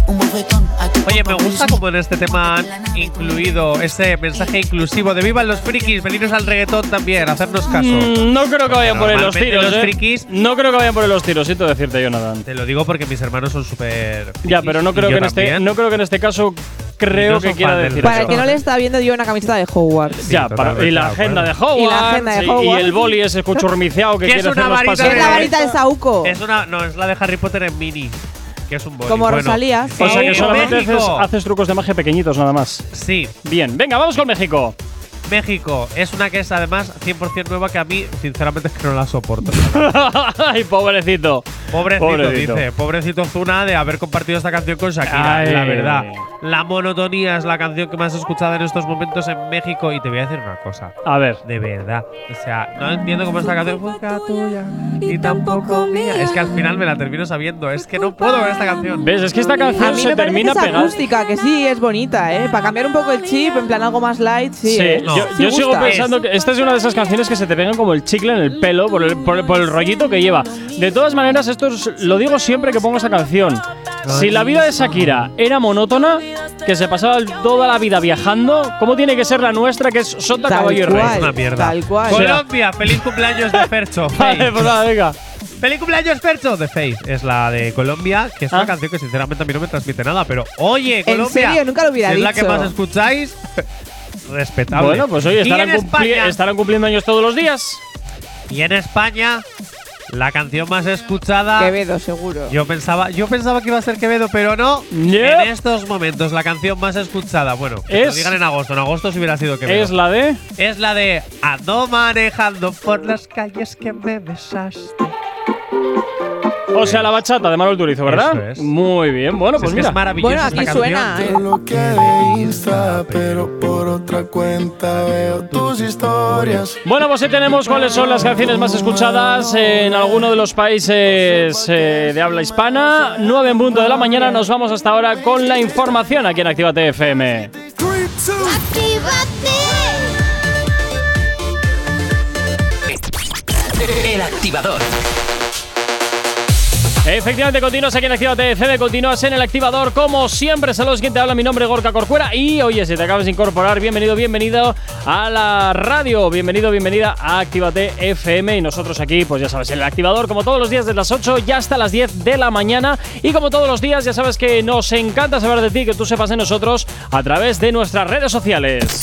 [SPEAKER 6] un bofetón a tu
[SPEAKER 4] Oye, me
[SPEAKER 6] papá,
[SPEAKER 4] gusta
[SPEAKER 6] Wilson.
[SPEAKER 4] como en este tema han incluido ese mensaje inclusivo de vivan los frikis, veniros al reggaetón también, hacernos caso.
[SPEAKER 2] Mm, no creo que vayan por ahí los
[SPEAKER 4] Normalmente
[SPEAKER 2] tiros.
[SPEAKER 4] los
[SPEAKER 2] eh.
[SPEAKER 4] frikis-
[SPEAKER 2] No creo que vayan por ahí los tiros, siento decirte, Jonathan.
[SPEAKER 4] Te lo digo porque mis hermanos son súper.
[SPEAKER 2] Ya,
[SPEAKER 4] frikis
[SPEAKER 2] pero no
[SPEAKER 4] y
[SPEAKER 2] creo,
[SPEAKER 4] yo
[SPEAKER 2] que en este,
[SPEAKER 4] también.
[SPEAKER 2] no creo que en este caso
[SPEAKER 4] Y
[SPEAKER 2] creo
[SPEAKER 4] no
[SPEAKER 2] que
[SPEAKER 4] son
[SPEAKER 2] quiera
[SPEAKER 4] fan del
[SPEAKER 2] decir
[SPEAKER 3] Para
[SPEAKER 2] eso.
[SPEAKER 3] el que no le está viendo, lleva una camiseta de Hogwarts.
[SPEAKER 2] Ya,
[SPEAKER 4] Sí,
[SPEAKER 2] para- y,
[SPEAKER 4] totalmente
[SPEAKER 2] la
[SPEAKER 4] de
[SPEAKER 2] agenda de
[SPEAKER 3] acuerdo.
[SPEAKER 2] Hogwarts,
[SPEAKER 3] Y la agenda de
[SPEAKER 2] sí,
[SPEAKER 3] Hogwarts.
[SPEAKER 2] y el boli ese cuchurriciado que
[SPEAKER 4] Que es
[SPEAKER 2] quiere hacer
[SPEAKER 4] una
[SPEAKER 2] los
[SPEAKER 4] varita
[SPEAKER 3] Que
[SPEAKER 2] pases.
[SPEAKER 3] es la
[SPEAKER 4] Pero-
[SPEAKER 3] varita de Sauco.
[SPEAKER 4] Es una, no, es la de Harry Potter en mini, que es un boli.
[SPEAKER 3] Como
[SPEAKER 4] Bueno,
[SPEAKER 3] Rosalía, sí.
[SPEAKER 2] O sea que
[SPEAKER 4] ¡México,
[SPEAKER 2] solamente haces,
[SPEAKER 4] México!
[SPEAKER 2] haces trucos de magia pequeñitos nada más.
[SPEAKER 4] Sí,
[SPEAKER 2] Bien, venga, vamos con México.
[SPEAKER 4] México es una que es además 100% nueva que a mí, sinceramente, es que no la soporto.
[SPEAKER 2] Ay, pobrecito.
[SPEAKER 4] Pobrecito,
[SPEAKER 2] Pobrecito.
[SPEAKER 4] dice. Pobrecito Zuna de haber compartido esta canción con Shakira,
[SPEAKER 2] Ay.
[SPEAKER 4] la verdad. La monotonía es la canción que más escuchada en estos momentos en México. Y te voy a decir una cosa.
[SPEAKER 2] A ver.
[SPEAKER 4] De verdad. O sea, no entiendo cómo esta canción fue tuya y tampoco mía. Es que al final me la termino sabiendo. Es que no puedo ver esta canción.
[SPEAKER 2] ¿Ves? Es que esta
[SPEAKER 3] A
[SPEAKER 2] canción
[SPEAKER 3] mí
[SPEAKER 2] se
[SPEAKER 3] me parece que
[SPEAKER 2] termina
[SPEAKER 3] es
[SPEAKER 2] pegando.
[SPEAKER 3] acústica, que sí, es bonita, ¿eh? Para cambiar un poco el chip, en plan algo más light, sí.
[SPEAKER 2] Sí,
[SPEAKER 3] ¿eh?
[SPEAKER 4] no.
[SPEAKER 2] yo,
[SPEAKER 3] Sí
[SPEAKER 2] yo sigo
[SPEAKER 3] gusta.
[SPEAKER 2] pensando que esta es una de esas canciones que se te pegan como el chicle en el pelo por el, por el- por el rollito que lleva. De todas maneras, esto es- lo digo siempre que pongo esta canción. Si la vida de Shakira era monótona, que se pasaba toda la vida viajando, ¿cómo tiene que ser la nuestra que es sota,
[SPEAKER 3] Tal
[SPEAKER 2] caballo y rey?
[SPEAKER 4] Es
[SPEAKER 3] cual.
[SPEAKER 4] una mierda.
[SPEAKER 3] Tal cual.
[SPEAKER 4] Colombia, feliz cumpleaños de Fercho.
[SPEAKER 2] Vale, pues nada, venga.
[SPEAKER 4] ¡Feliz cumpleaños, Fercho! The Face es la de Colombia, que es
[SPEAKER 2] Ah.
[SPEAKER 4] una canción que sinceramente a mí no me transmite nada, pero oye, Colombia.
[SPEAKER 3] serio? Nunca lo hubiera
[SPEAKER 4] si es la que
[SPEAKER 3] dicho.
[SPEAKER 4] más escucháis, respetable.
[SPEAKER 2] Bueno, pues oye, estarán,
[SPEAKER 4] y en,
[SPEAKER 2] cumpli-
[SPEAKER 4] España,
[SPEAKER 2] estarán cumpliendo años todos los días.
[SPEAKER 4] y en España, la canción más escuchada.
[SPEAKER 3] Quevedo, seguro.
[SPEAKER 4] Yo pensaba, yo pensaba que iba a ser Quevedo, pero no.
[SPEAKER 2] Yep.
[SPEAKER 4] En estos momentos, la canción más escuchada, bueno, que
[SPEAKER 2] Es-
[SPEAKER 4] lo digan en agosto, en agosto si hubiera sido Quevedo.
[SPEAKER 2] Es la de.
[SPEAKER 4] Es la de Ando manejando por las calles que me besaste.
[SPEAKER 2] O sea, la bachata de Manuel Turizo, ¿verdad?
[SPEAKER 4] Eso es.
[SPEAKER 2] Muy bien, bueno,
[SPEAKER 4] es
[SPEAKER 2] pues
[SPEAKER 4] que es
[SPEAKER 2] mira.
[SPEAKER 4] maravillosa
[SPEAKER 3] Bueno,
[SPEAKER 4] esta
[SPEAKER 3] aquí
[SPEAKER 4] canción.
[SPEAKER 3] suena. ¿eh?
[SPEAKER 7] Yo lo que de Insta, pero por otra cuenta veo tus historias.
[SPEAKER 2] Bueno, pues ahí tenemos cuáles son las canciones más escuchadas en alguno de los países eh, de habla hispana. 9 en punto de la mañana, nos vamos hasta ahora con la información aquí en Actívate FM.
[SPEAKER 1] El activador.
[SPEAKER 2] Efectivamente, continúas aquí en Actívate FM, continúas en el activador. Como siempre, saludos, quien te habla, mi nombre es Gorka Corcuera. Y oye, si te acabas de incorporar, bienvenido, bienvenido a la radio. Bienvenido, bienvenida a Actívate FM. Y nosotros aquí, pues ya sabes, en el activador, como todos los días, desde las 8 ya hasta las 10 de la mañana. Y como todos los días, ya sabes que nos encanta saber de ti, que tú sepas de nosotros a través de nuestras redes sociales.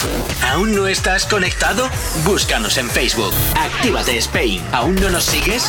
[SPEAKER 1] ¿Aún no estás conectado? Búscanos en Facebook. Actívate Spain. ¿Aún no nos sigues?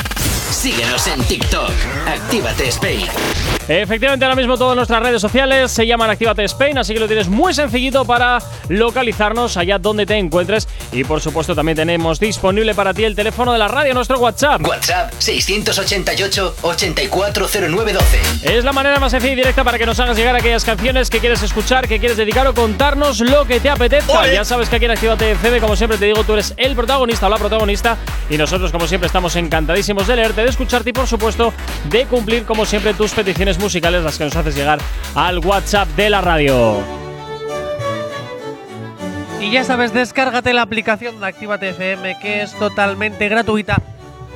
[SPEAKER 1] Síguenos en TikTok. Actívate Spain.
[SPEAKER 2] Efectivamente, ahora mismo todas nuestras redes sociales se llaman Actívate Spain, así que lo tienes muy sencillito para localizarnos allá donde te encuentres. Y por supuesto, también tenemos disponible para ti el teléfono de la radio, nuestro WhatsApp.
[SPEAKER 1] WhatsApp 688 840912.
[SPEAKER 2] Es la manera más sencilla y directa para que nos hagas llegar aquellas canciones que quieres escuchar, que quieres dedicar o contarnos lo que te apetezca.
[SPEAKER 1] ¡Ole!
[SPEAKER 2] Ya sabes que aquí en Actívate FM, como siempre te digo, tú eres el protagonista o la protagonista y nosotros, como siempre, estamos encantadísimos de leerte, de escucharte y, por supuesto, de cumplir, como siempre, tus peticiones musicales, las que nos haces llegar al WhatsApp de la radio.
[SPEAKER 4] Y ya sabes, descárgate la aplicación de Actívate FM que es totalmente gratuita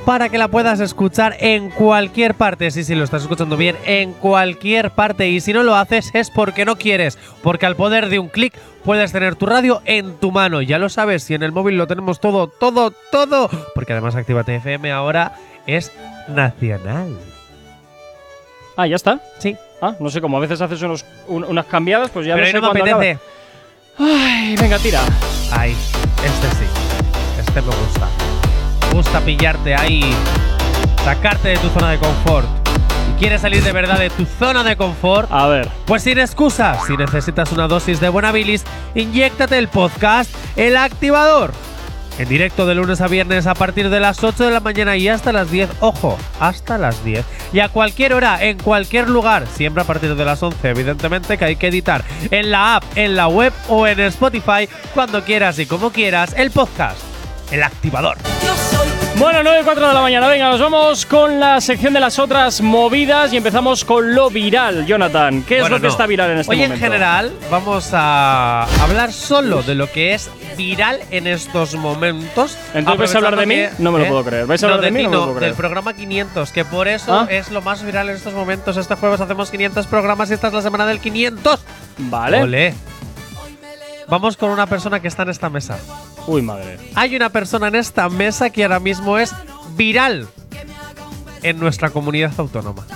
[SPEAKER 4] para que la puedas escuchar en cualquier parte. Sí, sí, lo estás escuchando bien, en cualquier parte. Y si no lo haces es porque no quieres, porque al poder de un clic puedes tener tu radio en tu mano. Ya lo sabes, si en el móvil lo tenemos todo, todo, todo. Porque además Actívate FM ahora es nacional.
[SPEAKER 2] Ah, ya está.
[SPEAKER 4] Sí.
[SPEAKER 2] Ah, no sé, como a veces haces unos- un- unas cambiadas, pues ya
[SPEAKER 4] Pero
[SPEAKER 2] no
[SPEAKER 4] ahí
[SPEAKER 2] sé
[SPEAKER 4] no me
[SPEAKER 2] cuándo
[SPEAKER 4] apetece.
[SPEAKER 2] acaba. Ay, venga, tira.
[SPEAKER 4] Ahí, este sí. Este me gusta. Me gusta pillarte ahí, sacarte de tu zona de confort. Y quieres salir de verdad de tu zona de confort,
[SPEAKER 2] A ver.
[SPEAKER 4] pues sin excusas, si necesitas una dosis de buena bilis, inyéctate el podcast El Activador. En directo de lunes a viernes a partir de las 8 de la mañana y hasta las 10. Ojo, hasta las 10. Y a cualquier hora, en cualquier lugar, siempre a partir de las 11, evidentemente que hay que editar en la app, en la web o en Spotify, cuando quieras y como quieras, el podcast, el activador.
[SPEAKER 2] Bueno, 9 y 4 de la mañana. Venga, nos vamos con la sección de las otras movidas y empezamos con lo viral. Jonathan, ¿qué es
[SPEAKER 4] Bueno,
[SPEAKER 2] lo que
[SPEAKER 4] no.
[SPEAKER 2] está viral en este
[SPEAKER 4] Hoy
[SPEAKER 2] momento?
[SPEAKER 4] en general vamos a hablar solo de lo que es viral en estos momentos.
[SPEAKER 2] Entonces, ¿vais a hablar de mí?
[SPEAKER 4] Aprovechando que- ¿eh?
[SPEAKER 2] No me lo puedo creer. ¿Vais a hablar de mí?
[SPEAKER 4] ti
[SPEAKER 2] No me lo puedo creer.
[SPEAKER 4] Del programa 500, que por eso
[SPEAKER 2] ¿Ah?
[SPEAKER 4] es lo más viral en estos momentos. Este jueves hacemos 500 programas y esta es la semana del 500.
[SPEAKER 2] Vale.
[SPEAKER 4] Olé. Vamos con una persona que está en esta mesa.
[SPEAKER 2] Uy, madre.
[SPEAKER 4] Hay una persona en esta mesa que ahora mismo es viral en nuestra comunidad autónoma.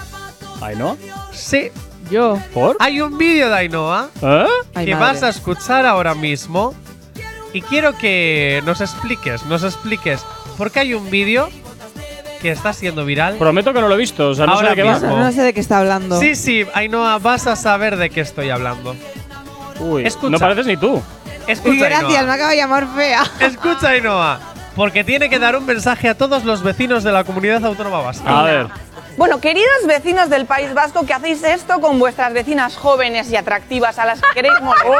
[SPEAKER 2] ¿Ay, no?
[SPEAKER 4] Sí,
[SPEAKER 3] Yo.
[SPEAKER 2] ¿Por?
[SPEAKER 4] hay un vídeo de Ainhoa
[SPEAKER 2] ¿Eh?
[SPEAKER 3] Ay,
[SPEAKER 4] que
[SPEAKER 3] madre.
[SPEAKER 4] vas a escuchar ahora mismo. Y quiero que nos expliques, nos expliques, porque hay un vídeo que está siendo viral.
[SPEAKER 2] Prometo que no lo he visto. O sea, no sé
[SPEAKER 4] Ahora
[SPEAKER 2] de qué
[SPEAKER 3] No,
[SPEAKER 2] va.
[SPEAKER 4] mismo.
[SPEAKER 3] no- no sé de qué está hablando.
[SPEAKER 4] Sí, sí, Ainhoa, vas a saber de qué estoy hablando.
[SPEAKER 2] Uy,
[SPEAKER 4] Escucha.
[SPEAKER 2] no pareces ni tú.
[SPEAKER 3] Y
[SPEAKER 4] Escucha,
[SPEAKER 3] gracias, me
[SPEAKER 4] Ainhoa.
[SPEAKER 3] acabo de llamar fea.
[SPEAKER 4] Escucha, Ainhoa, porque tiene que dar un mensaje a todos los vecinos de la comunidad autónoma vasca.
[SPEAKER 2] A ver.
[SPEAKER 8] Bueno, queridos vecinos del País Vasco, que hacéis esto con vuestras vecinas jóvenes y atractivas a las que queréis molestar. No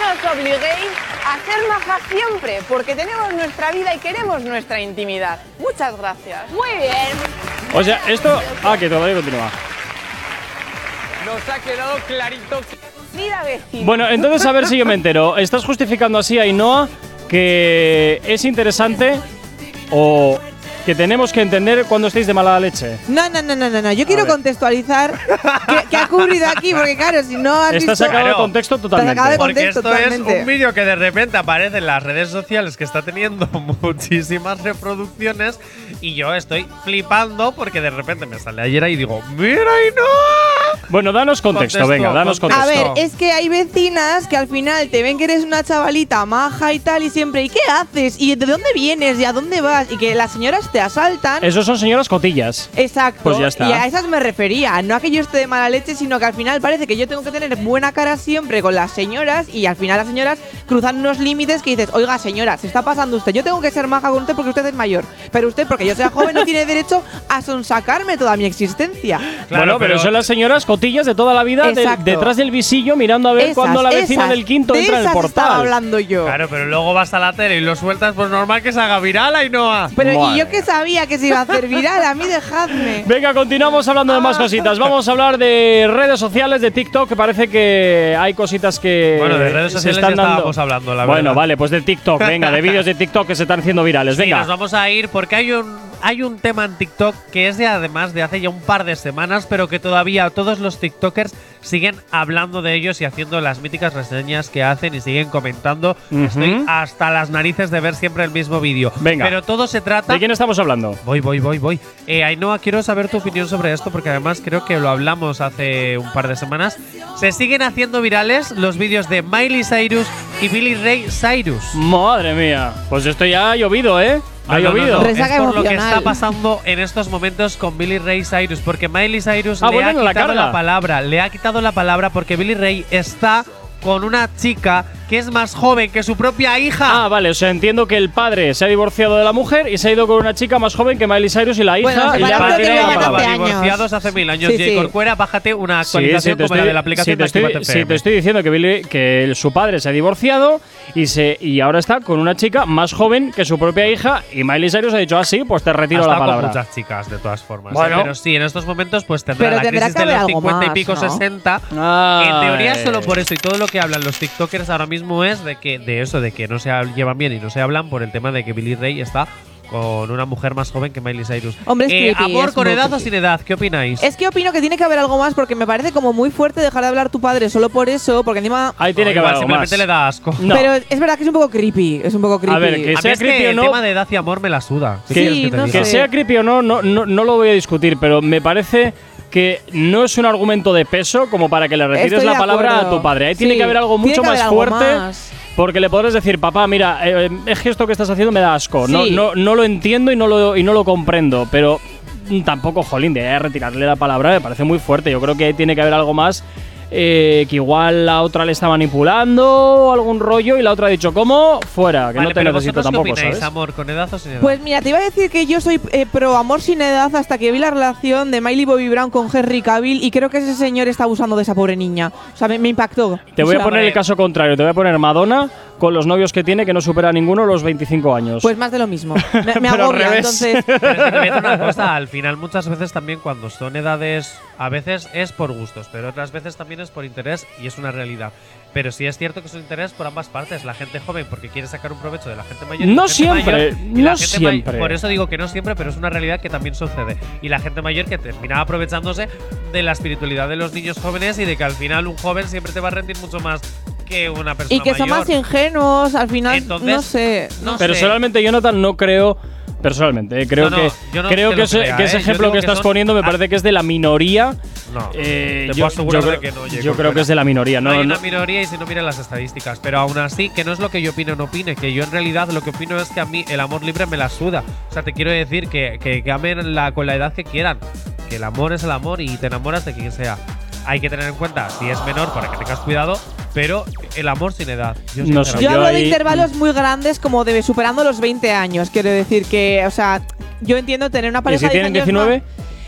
[SPEAKER 8] nos obliguéis a ser majas siempre, porque tenemos nuestra vida y queremos nuestra intimidad. Muchas gracias. Muy bien.
[SPEAKER 2] O sea, esto. Ah, que todavía continúa.
[SPEAKER 8] Vida vecina.
[SPEAKER 2] Bueno, entonces a ver si yo me entero. ¿Estás justificando así a Ainhoa que es interesante o que tenemos que entender cuando estéis de mala leche?
[SPEAKER 3] No, no, no, no, no, no. Yo quiero
[SPEAKER 2] ver.
[SPEAKER 3] contextualizar qué, qué ha ocurrido aquí, porque claro, si no has
[SPEAKER 2] Está
[SPEAKER 3] visto…
[SPEAKER 2] sacado de
[SPEAKER 4] Claro.
[SPEAKER 2] contexto
[SPEAKER 3] sacado de
[SPEAKER 2] totalmente.
[SPEAKER 4] Porque
[SPEAKER 3] contexto,
[SPEAKER 4] esto es
[SPEAKER 3] totalmente.
[SPEAKER 4] un vídeo que de repente aparece en las redes sociales que está teniendo muchísimas reproducciones y yo estoy flipando porque de repente me sale ayer y digo, mira Ainhoa.
[SPEAKER 2] Bueno, danos contexto,
[SPEAKER 4] Contexto,
[SPEAKER 2] venga, danos contexto.
[SPEAKER 3] A ver,
[SPEAKER 4] Eso.
[SPEAKER 3] es que hay vecinas que al final te ven que eres una chavalita maja y tal y siempre, ¿y qué haces? ¿Y de dónde vienes? ¿Y a dónde vas? Y que las señoras te asaltan.
[SPEAKER 2] Esos son señoras cotillas.
[SPEAKER 3] Exacto.
[SPEAKER 2] Pues ya está.
[SPEAKER 3] Y a esas me refería. No a que yo esté de mala leche, sino que al final parece que yo tengo que tener buena cara siempre con las señoras y al final las señoras cruzan unos límites que dices, oiga señora, se está pasando usted. Yo tengo que ser maja con usted porque usted es mayor. Pero usted, porque yo sea joven, no tiene derecho a sonsacarme toda mi existencia.
[SPEAKER 2] bueno, pero, son las señoras cotillas de toda la vida de-
[SPEAKER 3] Exacto.
[SPEAKER 2] detrás del visillo mirando a ver
[SPEAKER 3] Esas,
[SPEAKER 2] cuando la vecina
[SPEAKER 3] esas,
[SPEAKER 2] del quinto
[SPEAKER 3] de
[SPEAKER 2] entra en el
[SPEAKER 3] esas estaba
[SPEAKER 2] portal.
[SPEAKER 3] hablando yo.
[SPEAKER 4] Claro, pero luego vas a la tele y lo sueltas, pues normal que se haga viral Ainhoa.
[SPEAKER 3] Pero
[SPEAKER 2] Madre
[SPEAKER 3] y yo que sabía que se iba a hacer viral, a mí dejadme.
[SPEAKER 2] Venga, continuamos hablando de más cositas. Vamos a hablar de redes sociales, de TikTok, que parece que hay cositas que
[SPEAKER 4] Bueno, de redes
[SPEAKER 2] se
[SPEAKER 4] sociales
[SPEAKER 2] están
[SPEAKER 4] ya
[SPEAKER 2] dando.
[SPEAKER 4] estábamos hablando, la
[SPEAKER 2] Bueno,
[SPEAKER 4] verdad.
[SPEAKER 2] vale, pues de TikTok, venga, de vídeos de TikTok que se están haciendo virales.
[SPEAKER 4] Sí,
[SPEAKER 2] Pues Venga.
[SPEAKER 4] nos vamos a ir porque hay un, hay un tema en TikTok que es de además de hace ya un par de semanas, pero que todavía todos los TikTokers siguen hablando de ellos y haciendo las míticas reseñas que hacen y siguen comentando.
[SPEAKER 2] Ujú.
[SPEAKER 4] Estoy hasta las narices de ver siempre el mismo vídeo.
[SPEAKER 2] Venga.
[SPEAKER 4] Pero todo se trata.
[SPEAKER 2] ¿De quién estamos hablando?
[SPEAKER 4] Voy, voy, voy, voy. Eh, Ainhoa, quiero saber tu opinión sobre esto porque además creo que lo hablamos hace un par de semanas. Se siguen haciendo virales los vídeos de Miley Cyrus y Billy Ray Cyrus.
[SPEAKER 2] Madre mía. Pues esto ya ha llovido, ¿eh? Ha
[SPEAKER 4] Ah, No, no,
[SPEAKER 2] llovido.
[SPEAKER 4] no, no. Es
[SPEAKER 3] Resaca
[SPEAKER 4] por lo que
[SPEAKER 3] emocional.
[SPEAKER 4] está pasando en estos momentos con Billy Ray Cyrus, porque Miley Cyrus
[SPEAKER 2] Ah,
[SPEAKER 4] le ha
[SPEAKER 2] vuelven a la
[SPEAKER 4] quitado
[SPEAKER 2] carga.
[SPEAKER 4] la, palabra, le ha quitado la palabra porque Billy Ray está con una chica que es más joven que su propia hija.
[SPEAKER 2] Ah, vale, o sea, entiendo que el padre se ha divorciado de la mujer y se ha ido con una chica más joven que Miley Cyrus y la hija.
[SPEAKER 3] Bueno,
[SPEAKER 2] y le ha
[SPEAKER 3] separado
[SPEAKER 4] padre
[SPEAKER 2] mantenido
[SPEAKER 3] tiene
[SPEAKER 2] la
[SPEAKER 3] ya
[SPEAKER 2] palabra.
[SPEAKER 3] 14 años.
[SPEAKER 4] divorciados hace mil años.
[SPEAKER 3] Sí,
[SPEAKER 4] Jay
[SPEAKER 3] sí.
[SPEAKER 4] Corcuera, bájate una actualización
[SPEAKER 2] te
[SPEAKER 4] como la de la aplicación
[SPEAKER 2] sí, te
[SPEAKER 4] de
[SPEAKER 2] estoy,
[SPEAKER 4] Actívate
[SPEAKER 2] sí, te
[SPEAKER 4] FM.
[SPEAKER 2] estoy diciendo que, Billy- que el- su padre se ha divorciado y, se, y ahora está con una chica más joven que su propia hija y Miley Cyrus ha dicho así, pues te
[SPEAKER 4] Ha
[SPEAKER 2] retiro
[SPEAKER 4] estado
[SPEAKER 2] la palabra.
[SPEAKER 4] con muchas chicas, de todas formas.
[SPEAKER 2] Bueno.
[SPEAKER 4] ¿eh? Pero sí, en estos momentos pues tendrá
[SPEAKER 3] Pero
[SPEAKER 4] la
[SPEAKER 3] tendrá
[SPEAKER 4] crisis
[SPEAKER 3] que haber
[SPEAKER 4] de los
[SPEAKER 3] algo
[SPEAKER 4] 50 y
[SPEAKER 3] más,
[SPEAKER 4] pico,
[SPEAKER 3] ¿no?
[SPEAKER 4] 60. En teoría solo por eso y todo lo que hablan los TikTokers ahora mismo es de que de eso, de que no se hab- llevan bien y no se hablan por el tema de que Billy Ray está con una mujer más joven que Miley Cyrus.
[SPEAKER 3] Hombre, es
[SPEAKER 4] Eh,
[SPEAKER 3] creepy,
[SPEAKER 4] amor
[SPEAKER 3] es
[SPEAKER 4] con
[SPEAKER 3] muy
[SPEAKER 4] edad o
[SPEAKER 3] creepy.
[SPEAKER 4] sin edad, ¿qué opináis?
[SPEAKER 3] Es que opino que tiene que haber algo más porque me parece como muy fuerte dejar de hablar tu padre solo por eso, porque encima.
[SPEAKER 2] Ahí tiene
[SPEAKER 4] O
[SPEAKER 2] que
[SPEAKER 4] igual
[SPEAKER 2] haber algo más.
[SPEAKER 4] simplemente le da asco.
[SPEAKER 2] No.
[SPEAKER 3] Pero es verdad que es un poco creepy. Es un poco creepy.
[SPEAKER 2] A ver, que
[SPEAKER 4] A mí
[SPEAKER 2] sea
[SPEAKER 4] es que
[SPEAKER 2] creepy o
[SPEAKER 4] el
[SPEAKER 2] no-
[SPEAKER 4] tema de edad y amor me la suda. ¿Qué
[SPEAKER 3] Sí,
[SPEAKER 4] quieres que te
[SPEAKER 3] no
[SPEAKER 4] diga?
[SPEAKER 2] Que
[SPEAKER 3] Sí.
[SPEAKER 2] sea creepy o no no, no, no lo voy a discutir, pero me parece que no es un argumento de peso como para que le retires
[SPEAKER 3] Estoy
[SPEAKER 2] la
[SPEAKER 3] de
[SPEAKER 2] palabra a
[SPEAKER 3] acuerdo.
[SPEAKER 2] tu padre. Ahí tiene
[SPEAKER 3] Sí,
[SPEAKER 2] que haber algo
[SPEAKER 3] tiene
[SPEAKER 2] mucho
[SPEAKER 3] que haber
[SPEAKER 2] más
[SPEAKER 3] algo
[SPEAKER 2] fuerte.
[SPEAKER 3] más.
[SPEAKER 2] Porque le podrás decir, papá, mira, eh, eh, es que esto que estás haciendo me da asco. No,
[SPEAKER 3] Sí.
[SPEAKER 2] no, no lo entiendo y no lo, y no lo comprendo, eh, pero mm, tampoco, jolín, de ahí a retirarle la palabra me parece muy fuerte. Yo creo que ahí tiene que haber algo más eh, que igual la otra le está manipulando o algún rollo y la otra ha dicho, ¿cómo? Fuera, que no
[SPEAKER 4] Vale,
[SPEAKER 2] te
[SPEAKER 4] pero
[SPEAKER 2] necesito
[SPEAKER 4] vosotros
[SPEAKER 2] tampoco,
[SPEAKER 4] ¿qué opináis,
[SPEAKER 2] ¿sabes?
[SPEAKER 4] amor, con edad o sin edad?
[SPEAKER 3] Pues mira, te iba a decir que yo soy eh, pro amor sin edad hasta que vi la relación de Miley Bobby Brown con Henry Cavill y creo que ese señor está abusando de esa pobre niña. O sea, me, me impactó.
[SPEAKER 2] Te voy
[SPEAKER 3] O
[SPEAKER 2] a
[SPEAKER 3] sea,
[SPEAKER 2] poner el caso contrario, te voy a poner Madonna con los novios que tiene que no supera a ninguno los 25 años.
[SPEAKER 3] Pues más de lo mismo. Me, me
[SPEAKER 2] Pero al
[SPEAKER 3] agobia,
[SPEAKER 2] revés.
[SPEAKER 3] entonces.
[SPEAKER 4] Pero es que te voy a decir una cosa, al final muchas veces también cuando son edades, a veces es por gustos, pero otras veces también es por interés y es una realidad. Pero sí es cierto que es un interés por ambas partes, la gente joven porque quiere sacar un provecho de la gente mayor. y
[SPEAKER 2] No
[SPEAKER 4] la gente
[SPEAKER 2] siempre,
[SPEAKER 4] mayor- y la
[SPEAKER 2] no
[SPEAKER 4] gente may-
[SPEAKER 2] siempre.
[SPEAKER 4] Por eso digo que no siempre, pero es una realidad que también sucede. Y la gente mayor que termina aprovechándose de la espiritualidad de los niños jóvenes y de que al final un joven siempre te va a rendir mucho más que una persona
[SPEAKER 3] Y que son
[SPEAKER 4] mayor.
[SPEAKER 3] más ingenuos, al final,
[SPEAKER 4] Entonces,
[SPEAKER 3] no sé.
[SPEAKER 4] no
[SPEAKER 2] Pero
[SPEAKER 4] sé.
[SPEAKER 2] solamente Jonathan no creo. Personalmente, eh, creo
[SPEAKER 4] No, no,
[SPEAKER 2] que
[SPEAKER 4] yo no
[SPEAKER 2] creo
[SPEAKER 4] te
[SPEAKER 2] que,
[SPEAKER 4] lo
[SPEAKER 2] ese,
[SPEAKER 4] crea,
[SPEAKER 2] que ese
[SPEAKER 4] eh. Yo
[SPEAKER 2] ejemplo
[SPEAKER 4] digo
[SPEAKER 2] que
[SPEAKER 4] que
[SPEAKER 2] estás
[SPEAKER 4] son-
[SPEAKER 2] poniendo me
[SPEAKER 4] ah.
[SPEAKER 2] parece que es de la minoría.
[SPEAKER 4] No.
[SPEAKER 2] Eh,
[SPEAKER 4] te
[SPEAKER 2] yo,
[SPEAKER 4] puedo asegurar
[SPEAKER 2] yo
[SPEAKER 4] de
[SPEAKER 2] creo-
[SPEAKER 4] que no.
[SPEAKER 2] yo
[SPEAKER 4] Jacob,
[SPEAKER 2] creo que es de la minoría. No,
[SPEAKER 4] hay
[SPEAKER 2] no-
[SPEAKER 4] una minoría y si no miran las estadísticas. Pero aún así, que no es lo que yo opino, no opine. Que yo en realidad lo que opino es que a mí el amor libre me la suda. O sea, te quiero decir que, que, que amen la, con la edad que quieran. Que el amor es el amor y te enamoras de quien sea. Hay que tener en cuenta si es menor para que tengas cuidado, pero el amor sin edad. Yo,
[SPEAKER 2] No
[SPEAKER 4] sinceramente-
[SPEAKER 2] sé.
[SPEAKER 3] Yo hablo de
[SPEAKER 2] ahí-
[SPEAKER 3] intervalos muy grandes, como de superando los 20 años. Quiero decir que, o sea, yo entiendo tener una
[SPEAKER 2] ¿Y
[SPEAKER 3] pareja.
[SPEAKER 2] si
[SPEAKER 3] de
[SPEAKER 2] tienen
[SPEAKER 3] 10 años
[SPEAKER 2] 19?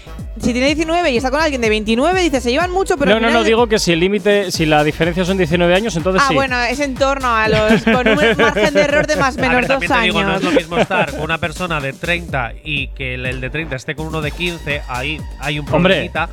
[SPEAKER 3] más- si tiene 19 y está con alguien de 29, dice, se llevan mucho, pero.
[SPEAKER 2] No,
[SPEAKER 3] al
[SPEAKER 2] no,
[SPEAKER 3] final-
[SPEAKER 2] no, digo que si el límite, si la diferencia son 19 años, entonces
[SPEAKER 3] Ah,
[SPEAKER 2] sí.
[SPEAKER 3] bueno, es en torno a los. con un margen de error de más o
[SPEAKER 4] A
[SPEAKER 3] menos
[SPEAKER 4] ver,
[SPEAKER 3] dos
[SPEAKER 4] también te digo, no
[SPEAKER 3] años.
[SPEAKER 4] es lo mismo estar con una persona de 30 y que el, el de 30 esté con uno de 15, ahí hay un
[SPEAKER 2] Hombre,
[SPEAKER 4] problemita.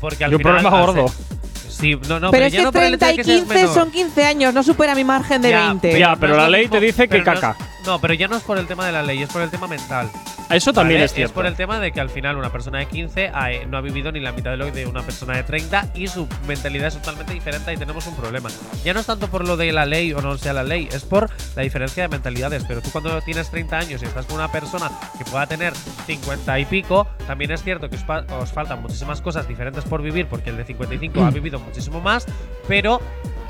[SPEAKER 4] porque al
[SPEAKER 2] hay un
[SPEAKER 4] final,
[SPEAKER 2] problema
[SPEAKER 4] al
[SPEAKER 2] gordo.
[SPEAKER 4] ser- Sí, no,
[SPEAKER 3] pero
[SPEAKER 4] no, pero,
[SPEAKER 3] es
[SPEAKER 4] ya
[SPEAKER 3] que
[SPEAKER 4] no por el
[SPEAKER 3] 30
[SPEAKER 4] hecho de
[SPEAKER 3] y
[SPEAKER 4] que seas
[SPEAKER 3] 15
[SPEAKER 4] menor.
[SPEAKER 3] son 15 años, no supera mi margen de
[SPEAKER 4] Ya,
[SPEAKER 3] 20.
[SPEAKER 2] Ya,
[SPEAKER 4] no
[SPEAKER 2] pero
[SPEAKER 4] es
[SPEAKER 2] la
[SPEAKER 4] lo
[SPEAKER 2] ley te dice que
[SPEAKER 4] pero no es-
[SPEAKER 2] caca.
[SPEAKER 4] No, pero ya no es por el tema de la ley, es por el tema mental.
[SPEAKER 2] Eso también
[SPEAKER 4] ¿vale?
[SPEAKER 2] es cierto.
[SPEAKER 4] por el tema de que al final una persona de 15 ha- eh, no ha vivido ni la mitad de lo de una persona de 30 y su mentalidad es totalmente diferente y tenemos un problema. Ya no es tanto por lo de la ley o no sea la ley, es por la diferencia de mentalidades. Pero tú cuando tienes 30 años y estás con una persona que pueda tener 50 y pico, también es cierto que os, fa- os faltan muchísimas cosas diferentes por vivir porque el de 55
[SPEAKER 2] Mm.
[SPEAKER 4] ha vivido muchísimo más, pero...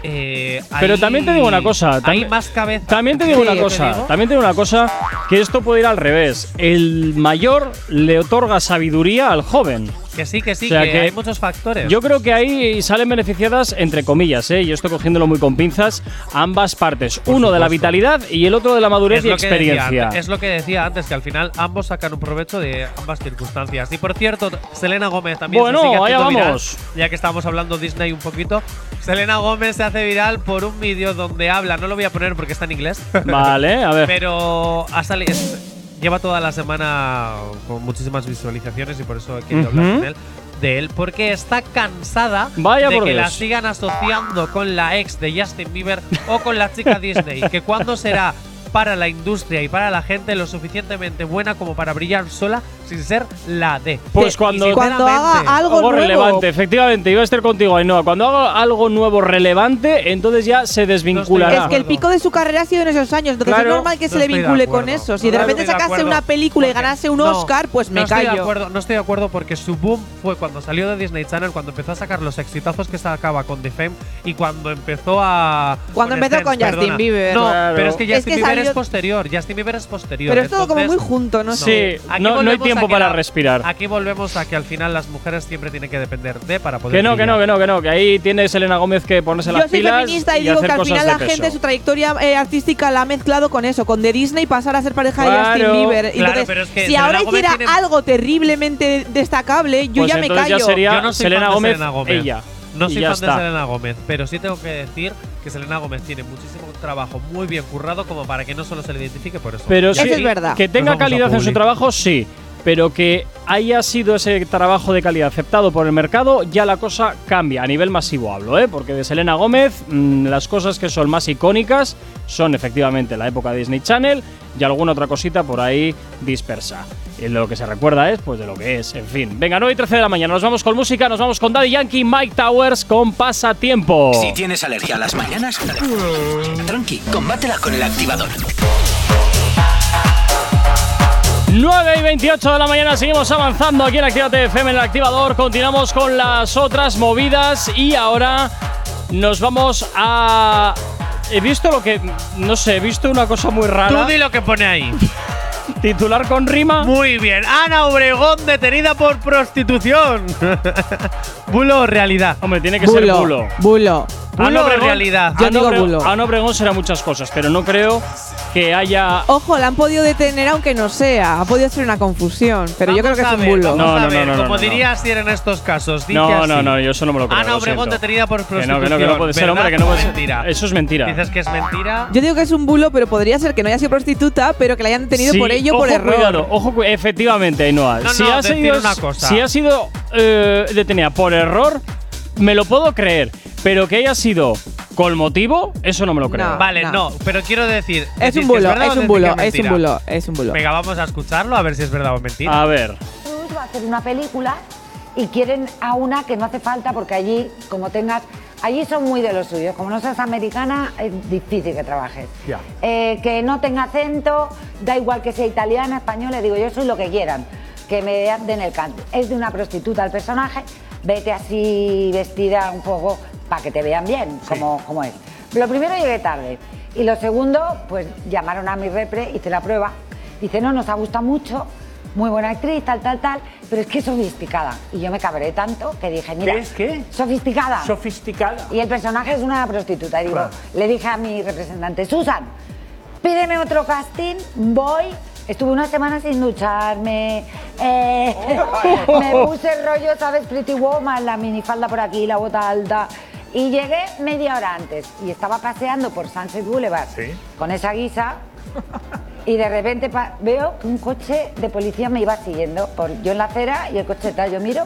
[SPEAKER 4] eh,
[SPEAKER 2] Pero
[SPEAKER 4] hay-
[SPEAKER 2] también te digo una cosa,
[SPEAKER 4] Hay
[SPEAKER 2] tambi-
[SPEAKER 4] más cabeza.
[SPEAKER 2] También te digo
[SPEAKER 3] Sí,
[SPEAKER 2] una
[SPEAKER 3] te
[SPEAKER 2] cosa,
[SPEAKER 3] digo.
[SPEAKER 2] también te digo una cosa, que esto puede ir al revés. El mayor le otorga sabiduría al joven.
[SPEAKER 4] Que sí, que sí,
[SPEAKER 2] O sea
[SPEAKER 4] que,
[SPEAKER 2] que-
[SPEAKER 4] hay muchos factores.
[SPEAKER 2] Yo creo que ahí salen beneficiadas, entre comillas, ¿eh? y esto cogiéndolo muy con pinzas, ambas partes. Uno de la
[SPEAKER 4] supuesto.
[SPEAKER 2] vitalidad y el otro de la madurez
[SPEAKER 4] Es
[SPEAKER 2] y
[SPEAKER 4] lo que decía
[SPEAKER 2] experiencia.
[SPEAKER 4] antes- es lo que decía antes, que al final ambos sacan un provecho de ambas circunstancias. Y por cierto, Selena Gómez también
[SPEAKER 2] Bueno,
[SPEAKER 4] se sigue haciendo
[SPEAKER 2] allá
[SPEAKER 4] viral,
[SPEAKER 2] vamos.
[SPEAKER 4] ya que estábamos hablando Disney un poquito. Selena Gómez se hace viral por un vídeo donde habla, no lo voy a poner porque está en inglés,
[SPEAKER 2] Vale, a ver.
[SPEAKER 4] pero ha sali- es- lleva toda la semana con muchísimas visualizaciones y por eso he querido hablar
[SPEAKER 2] Ujú.
[SPEAKER 4] con él, de él, porque está cansada
[SPEAKER 2] Vaya
[SPEAKER 4] de
[SPEAKER 2] por
[SPEAKER 4] que la
[SPEAKER 2] Dios.
[SPEAKER 4] sigan asociando con la ex de Justin Bieber o con la chica Disney, que cuándo será para la industria y para la gente lo suficientemente buena como para brillar sola sin ser la de.
[SPEAKER 2] Pues
[SPEAKER 4] Y
[SPEAKER 2] cuando-
[SPEAKER 3] Cuando
[SPEAKER 4] sinceramente,
[SPEAKER 3] haga algo, nuevo.
[SPEAKER 2] relevante, efectivamente, iba a estar contigo, Ainhoa. Cuando haga algo nuevo relevante, entonces ya se
[SPEAKER 4] estoy
[SPEAKER 2] desvinculará.
[SPEAKER 4] de
[SPEAKER 3] Es que el
[SPEAKER 4] acuerdo.
[SPEAKER 3] pico de su carrera ha sido en esos años, entonces
[SPEAKER 2] Claro,
[SPEAKER 3] es normal que
[SPEAKER 4] no
[SPEAKER 3] se le
[SPEAKER 4] estoy de
[SPEAKER 3] vincule
[SPEAKER 4] acuerdo.
[SPEAKER 3] con eso. Si de
[SPEAKER 4] No
[SPEAKER 3] repente
[SPEAKER 4] estoy
[SPEAKER 3] sacase
[SPEAKER 4] acuerdo,
[SPEAKER 3] una película y
[SPEAKER 4] porque-
[SPEAKER 3] ganase un
[SPEAKER 4] no,
[SPEAKER 3] Oscar, pues me
[SPEAKER 4] no Estoy de
[SPEAKER 3] callo.
[SPEAKER 4] acuerdo, no estoy de acuerdo porque su boom fue cuando salió de Disney Channel, cuando empezó a sacar los exitazos que sacaba con The Fame y cuando empezó a.
[SPEAKER 3] Cuando empezó con Justin Bieber.
[SPEAKER 4] No,
[SPEAKER 2] Claro.
[SPEAKER 4] pero es que
[SPEAKER 3] Es que
[SPEAKER 4] Justin Bieber
[SPEAKER 3] salió-
[SPEAKER 4] es posterior. Justin Bieber es posterior.
[SPEAKER 3] Pero es todo como muy
[SPEAKER 4] entonces-
[SPEAKER 3] junto, no sé.
[SPEAKER 2] Sí,
[SPEAKER 4] Aquí
[SPEAKER 2] no, no hay
[SPEAKER 4] volvemos a
[SPEAKER 2] tiempo
[SPEAKER 4] que
[SPEAKER 2] para
[SPEAKER 4] la-
[SPEAKER 2] respirar.
[SPEAKER 4] Aquí volvemos a que al final las mujeres siempre tienen que depender de para poder.
[SPEAKER 2] Que no, que no,
[SPEAKER 4] brillar.
[SPEAKER 2] que no, que no, que ahí tiene Selena Gómez que ponerse
[SPEAKER 3] Yo
[SPEAKER 2] las
[SPEAKER 3] soy
[SPEAKER 2] pilas
[SPEAKER 3] feminista y,
[SPEAKER 2] y
[SPEAKER 3] digo
[SPEAKER 2] hacer
[SPEAKER 3] que al
[SPEAKER 2] cosas
[SPEAKER 3] final
[SPEAKER 2] de
[SPEAKER 3] la
[SPEAKER 2] peso.
[SPEAKER 3] gente su trayectoria eh, artística la ha mezclado con eso, con The Disney pasar a ser pareja
[SPEAKER 2] Claro,
[SPEAKER 3] de Justin Bieber. Y
[SPEAKER 4] claro,
[SPEAKER 3] entonces,
[SPEAKER 4] pero es que
[SPEAKER 3] si
[SPEAKER 4] Selena
[SPEAKER 3] ahora
[SPEAKER 4] Gómez
[SPEAKER 3] hiciera
[SPEAKER 4] tiene-
[SPEAKER 3] algo terriblemente destacable, yo
[SPEAKER 2] Pues
[SPEAKER 3] ya me
[SPEAKER 2] entonces
[SPEAKER 3] callo.
[SPEAKER 2] Ya sería
[SPEAKER 4] Yo no soy
[SPEAKER 2] Selena,
[SPEAKER 4] fan de
[SPEAKER 2] Gómez,
[SPEAKER 4] Selena Gómez.
[SPEAKER 2] ella.
[SPEAKER 4] No
[SPEAKER 2] Y
[SPEAKER 4] soy
[SPEAKER 2] ya
[SPEAKER 4] fan
[SPEAKER 2] está.
[SPEAKER 4] de Selena Gómez, pero sí tengo que decir que Selena Gómez tiene muchísimo trabajo muy bien currado como para que no solo se le identifique por eso.
[SPEAKER 2] Pero
[SPEAKER 4] Ya
[SPEAKER 2] sí,
[SPEAKER 3] Eso es verdad.
[SPEAKER 2] Que tenga
[SPEAKER 4] Nos vamos a
[SPEAKER 2] calidad en su
[SPEAKER 4] Publi.
[SPEAKER 2] trabajo, sí. Pero que haya sido ese trabajo de calidad aceptado por el mercado, ya la cosa cambia. A nivel masivo hablo, ¿eh? Porque de Selena Gómez, mm, las cosas que son más icónicas son efectivamente la época de Disney Channel y alguna otra cosita por ahí dispersa. Y lo que se recuerda es, pues, de lo que es. En fin. Venga, 9 y 13 de la mañana. Nos vamos con música, nos vamos con Daddy Yankee, Mike Towers con Pasatiempo.
[SPEAKER 1] Si tienes alergia a las mañanas, tranqui, combátela con el activador.
[SPEAKER 2] 9 y 28 de la mañana seguimos avanzando aquí en Actívate FM en el activador. Continuamos con las otras movidas y ahora nos vamos a. He visto lo que. No sé, he visto una cosa muy
[SPEAKER 4] Tú
[SPEAKER 2] rara.
[SPEAKER 4] di lo que pone ahí.
[SPEAKER 2] Titular con rima.
[SPEAKER 4] Muy bien. Ana Obregón detenida por prostitución. Bulo o realidad.
[SPEAKER 2] Hombre, tiene que ser
[SPEAKER 3] Bulo.
[SPEAKER 2] bulo.
[SPEAKER 3] Bulo.
[SPEAKER 4] Bulo o realidad.
[SPEAKER 3] Yo
[SPEAKER 2] Ana
[SPEAKER 3] digo
[SPEAKER 2] Obregón-
[SPEAKER 3] bulo.
[SPEAKER 2] Ana Obregón será muchas cosas, pero no creo que haya.
[SPEAKER 4] Oh,
[SPEAKER 3] Ojo, la han podido detener aunque no sea. Ha podido ser una confusión, pero yo creo
[SPEAKER 4] Vamos
[SPEAKER 3] que
[SPEAKER 4] a
[SPEAKER 3] es un
[SPEAKER 4] ver,
[SPEAKER 3] bulo.
[SPEAKER 4] vamos
[SPEAKER 2] No,
[SPEAKER 4] a
[SPEAKER 2] no,
[SPEAKER 4] ver,
[SPEAKER 2] no, no,
[SPEAKER 4] Como
[SPEAKER 2] no, no.
[SPEAKER 4] diría Asier en estos casos. dice
[SPEAKER 2] No,
[SPEAKER 4] así.
[SPEAKER 2] no, no, yo eso no me lo creo.
[SPEAKER 4] Ana
[SPEAKER 2] lo
[SPEAKER 4] Obregón
[SPEAKER 2] siento.
[SPEAKER 4] detenida por
[SPEAKER 2] Que
[SPEAKER 4] prostitución.
[SPEAKER 2] no, que no, que no puede ser, hombre, que no puede ser.
[SPEAKER 4] Mentira.
[SPEAKER 2] Eso es mentira.
[SPEAKER 4] Dices que es mentira.
[SPEAKER 3] Yo digo que es un bulo, pero podría ser que no haya sido prostituta, pero que la hayan detenido
[SPEAKER 2] Sí,
[SPEAKER 3] por ello
[SPEAKER 2] ojo,
[SPEAKER 3] por error.
[SPEAKER 2] Cuidado, ojo, cu- efectivamente, Ainhoa.
[SPEAKER 4] No,
[SPEAKER 2] si,
[SPEAKER 4] no,
[SPEAKER 2] ha
[SPEAKER 4] decir
[SPEAKER 2] sido,
[SPEAKER 4] una cosa.
[SPEAKER 2] si ha sido eh, detenida por error, me lo puedo creer, pero que haya sido con motivo, eso no me lo creo.
[SPEAKER 3] No.
[SPEAKER 4] Vale, no. pero quiero decir.
[SPEAKER 3] Es
[SPEAKER 4] decís que
[SPEAKER 3] un bulo,
[SPEAKER 4] verdad o
[SPEAKER 3] es un
[SPEAKER 4] decís que
[SPEAKER 3] bulo, es un
[SPEAKER 4] mentira?
[SPEAKER 3] bulo, es un bulo.
[SPEAKER 4] Venga, vamos a escucharlo a ver si es verdad o mentira.
[SPEAKER 2] A ver,
[SPEAKER 9] Hollywood va a hacer una película y quieren a una que no hace falta porque allí, como tengas, allí son muy de los suyos. Como no seas americana, es difícil que trabajes.
[SPEAKER 10] Ya.
[SPEAKER 9] Eh, que no tenga acento, da igual que sea italiana, española, digo, yo soy lo que quieran, que me den el canto. Es de una prostituta el personaje, vete así vestida un poco para que te vean bien, como, como es. Lo primero llegué tarde y lo segundo, pues llamaron a mi repre, hice la prueba, dice, no, nos ha gustado mucho, muy buena actriz, tal, tal, tal, pero es que es sofisticada. Y yo me cabré tanto que dije, mira,
[SPEAKER 10] ¿Qué es qué?
[SPEAKER 9] Sofisticada.
[SPEAKER 10] Sofisticada.
[SPEAKER 9] Y el personaje es una prostituta. Y digo,
[SPEAKER 10] Claro.
[SPEAKER 9] le dije a mi representante, Susan, pídeme otro casting, voy. Estuve una semana sin ducharme, eh, me puse rollo, ¿sabes? Pretty Woman, la minifalda por aquí, la bota alta. Y llegué media hora antes y estaba paseando por Sunset Boulevard
[SPEAKER 10] Sí.
[SPEAKER 9] con esa guisa y de repente pa- veo que un coche de policía me iba siguiendo. Por, yo en la acera y el coche tal, yo miro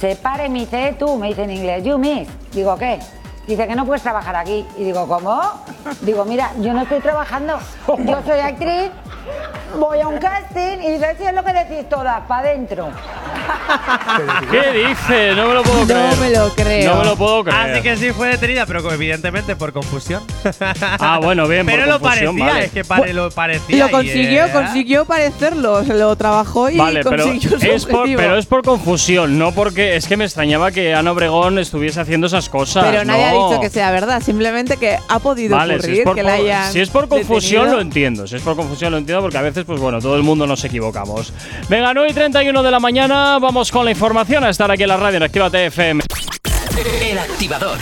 [SPEAKER 9] se para y me dice, tú, me dice en inglés, you miss. Digo, ¿qué? Dice que no puedes trabajar aquí. Y digo, ¿cómo? Digo, mira, yo no estoy trabajando. Yo soy actriz, voy a un casting y dice, sí, es lo que decís todas, para adentro.
[SPEAKER 2] ¿qué dice? No me lo puedo
[SPEAKER 3] No
[SPEAKER 2] creer.
[SPEAKER 3] me lo creo.
[SPEAKER 2] No me lo puedo creer.
[SPEAKER 4] Así que sí fue detenida, pero evidentemente por confusión.
[SPEAKER 2] Ah, bueno, bien, por
[SPEAKER 4] Pero lo
[SPEAKER 2] confusión,
[SPEAKER 4] parecía,
[SPEAKER 2] vale.
[SPEAKER 4] es que pare- lo parecía.
[SPEAKER 3] Lo consiguió,
[SPEAKER 4] y era-
[SPEAKER 3] consiguió parecerlo, se lo trabajó y
[SPEAKER 2] eh. Vale, pero
[SPEAKER 3] consiguió su
[SPEAKER 2] es, por,
[SPEAKER 3] objetivo.
[SPEAKER 2] pero es por confusión, no porque es que me extrañaba que Ana Obregón estuviese haciendo esas cosas.
[SPEAKER 3] Pero nadie
[SPEAKER 2] no.
[SPEAKER 3] ha dicho que sea verdad, simplemente que ha podido
[SPEAKER 2] Vale,
[SPEAKER 3] ocurrir
[SPEAKER 2] si es, por,
[SPEAKER 3] que la
[SPEAKER 2] por-
[SPEAKER 3] hayan
[SPEAKER 2] si es por confusión
[SPEAKER 3] detenido.
[SPEAKER 2] lo entiendo, si es por confusión lo entiendo porque a veces, pues bueno, todo el mundo nos equivocamos. Venga, 9 y 31 de la mañana, vamos con la información a estar aquí en la radio en Actívate FM.
[SPEAKER 1] El activador.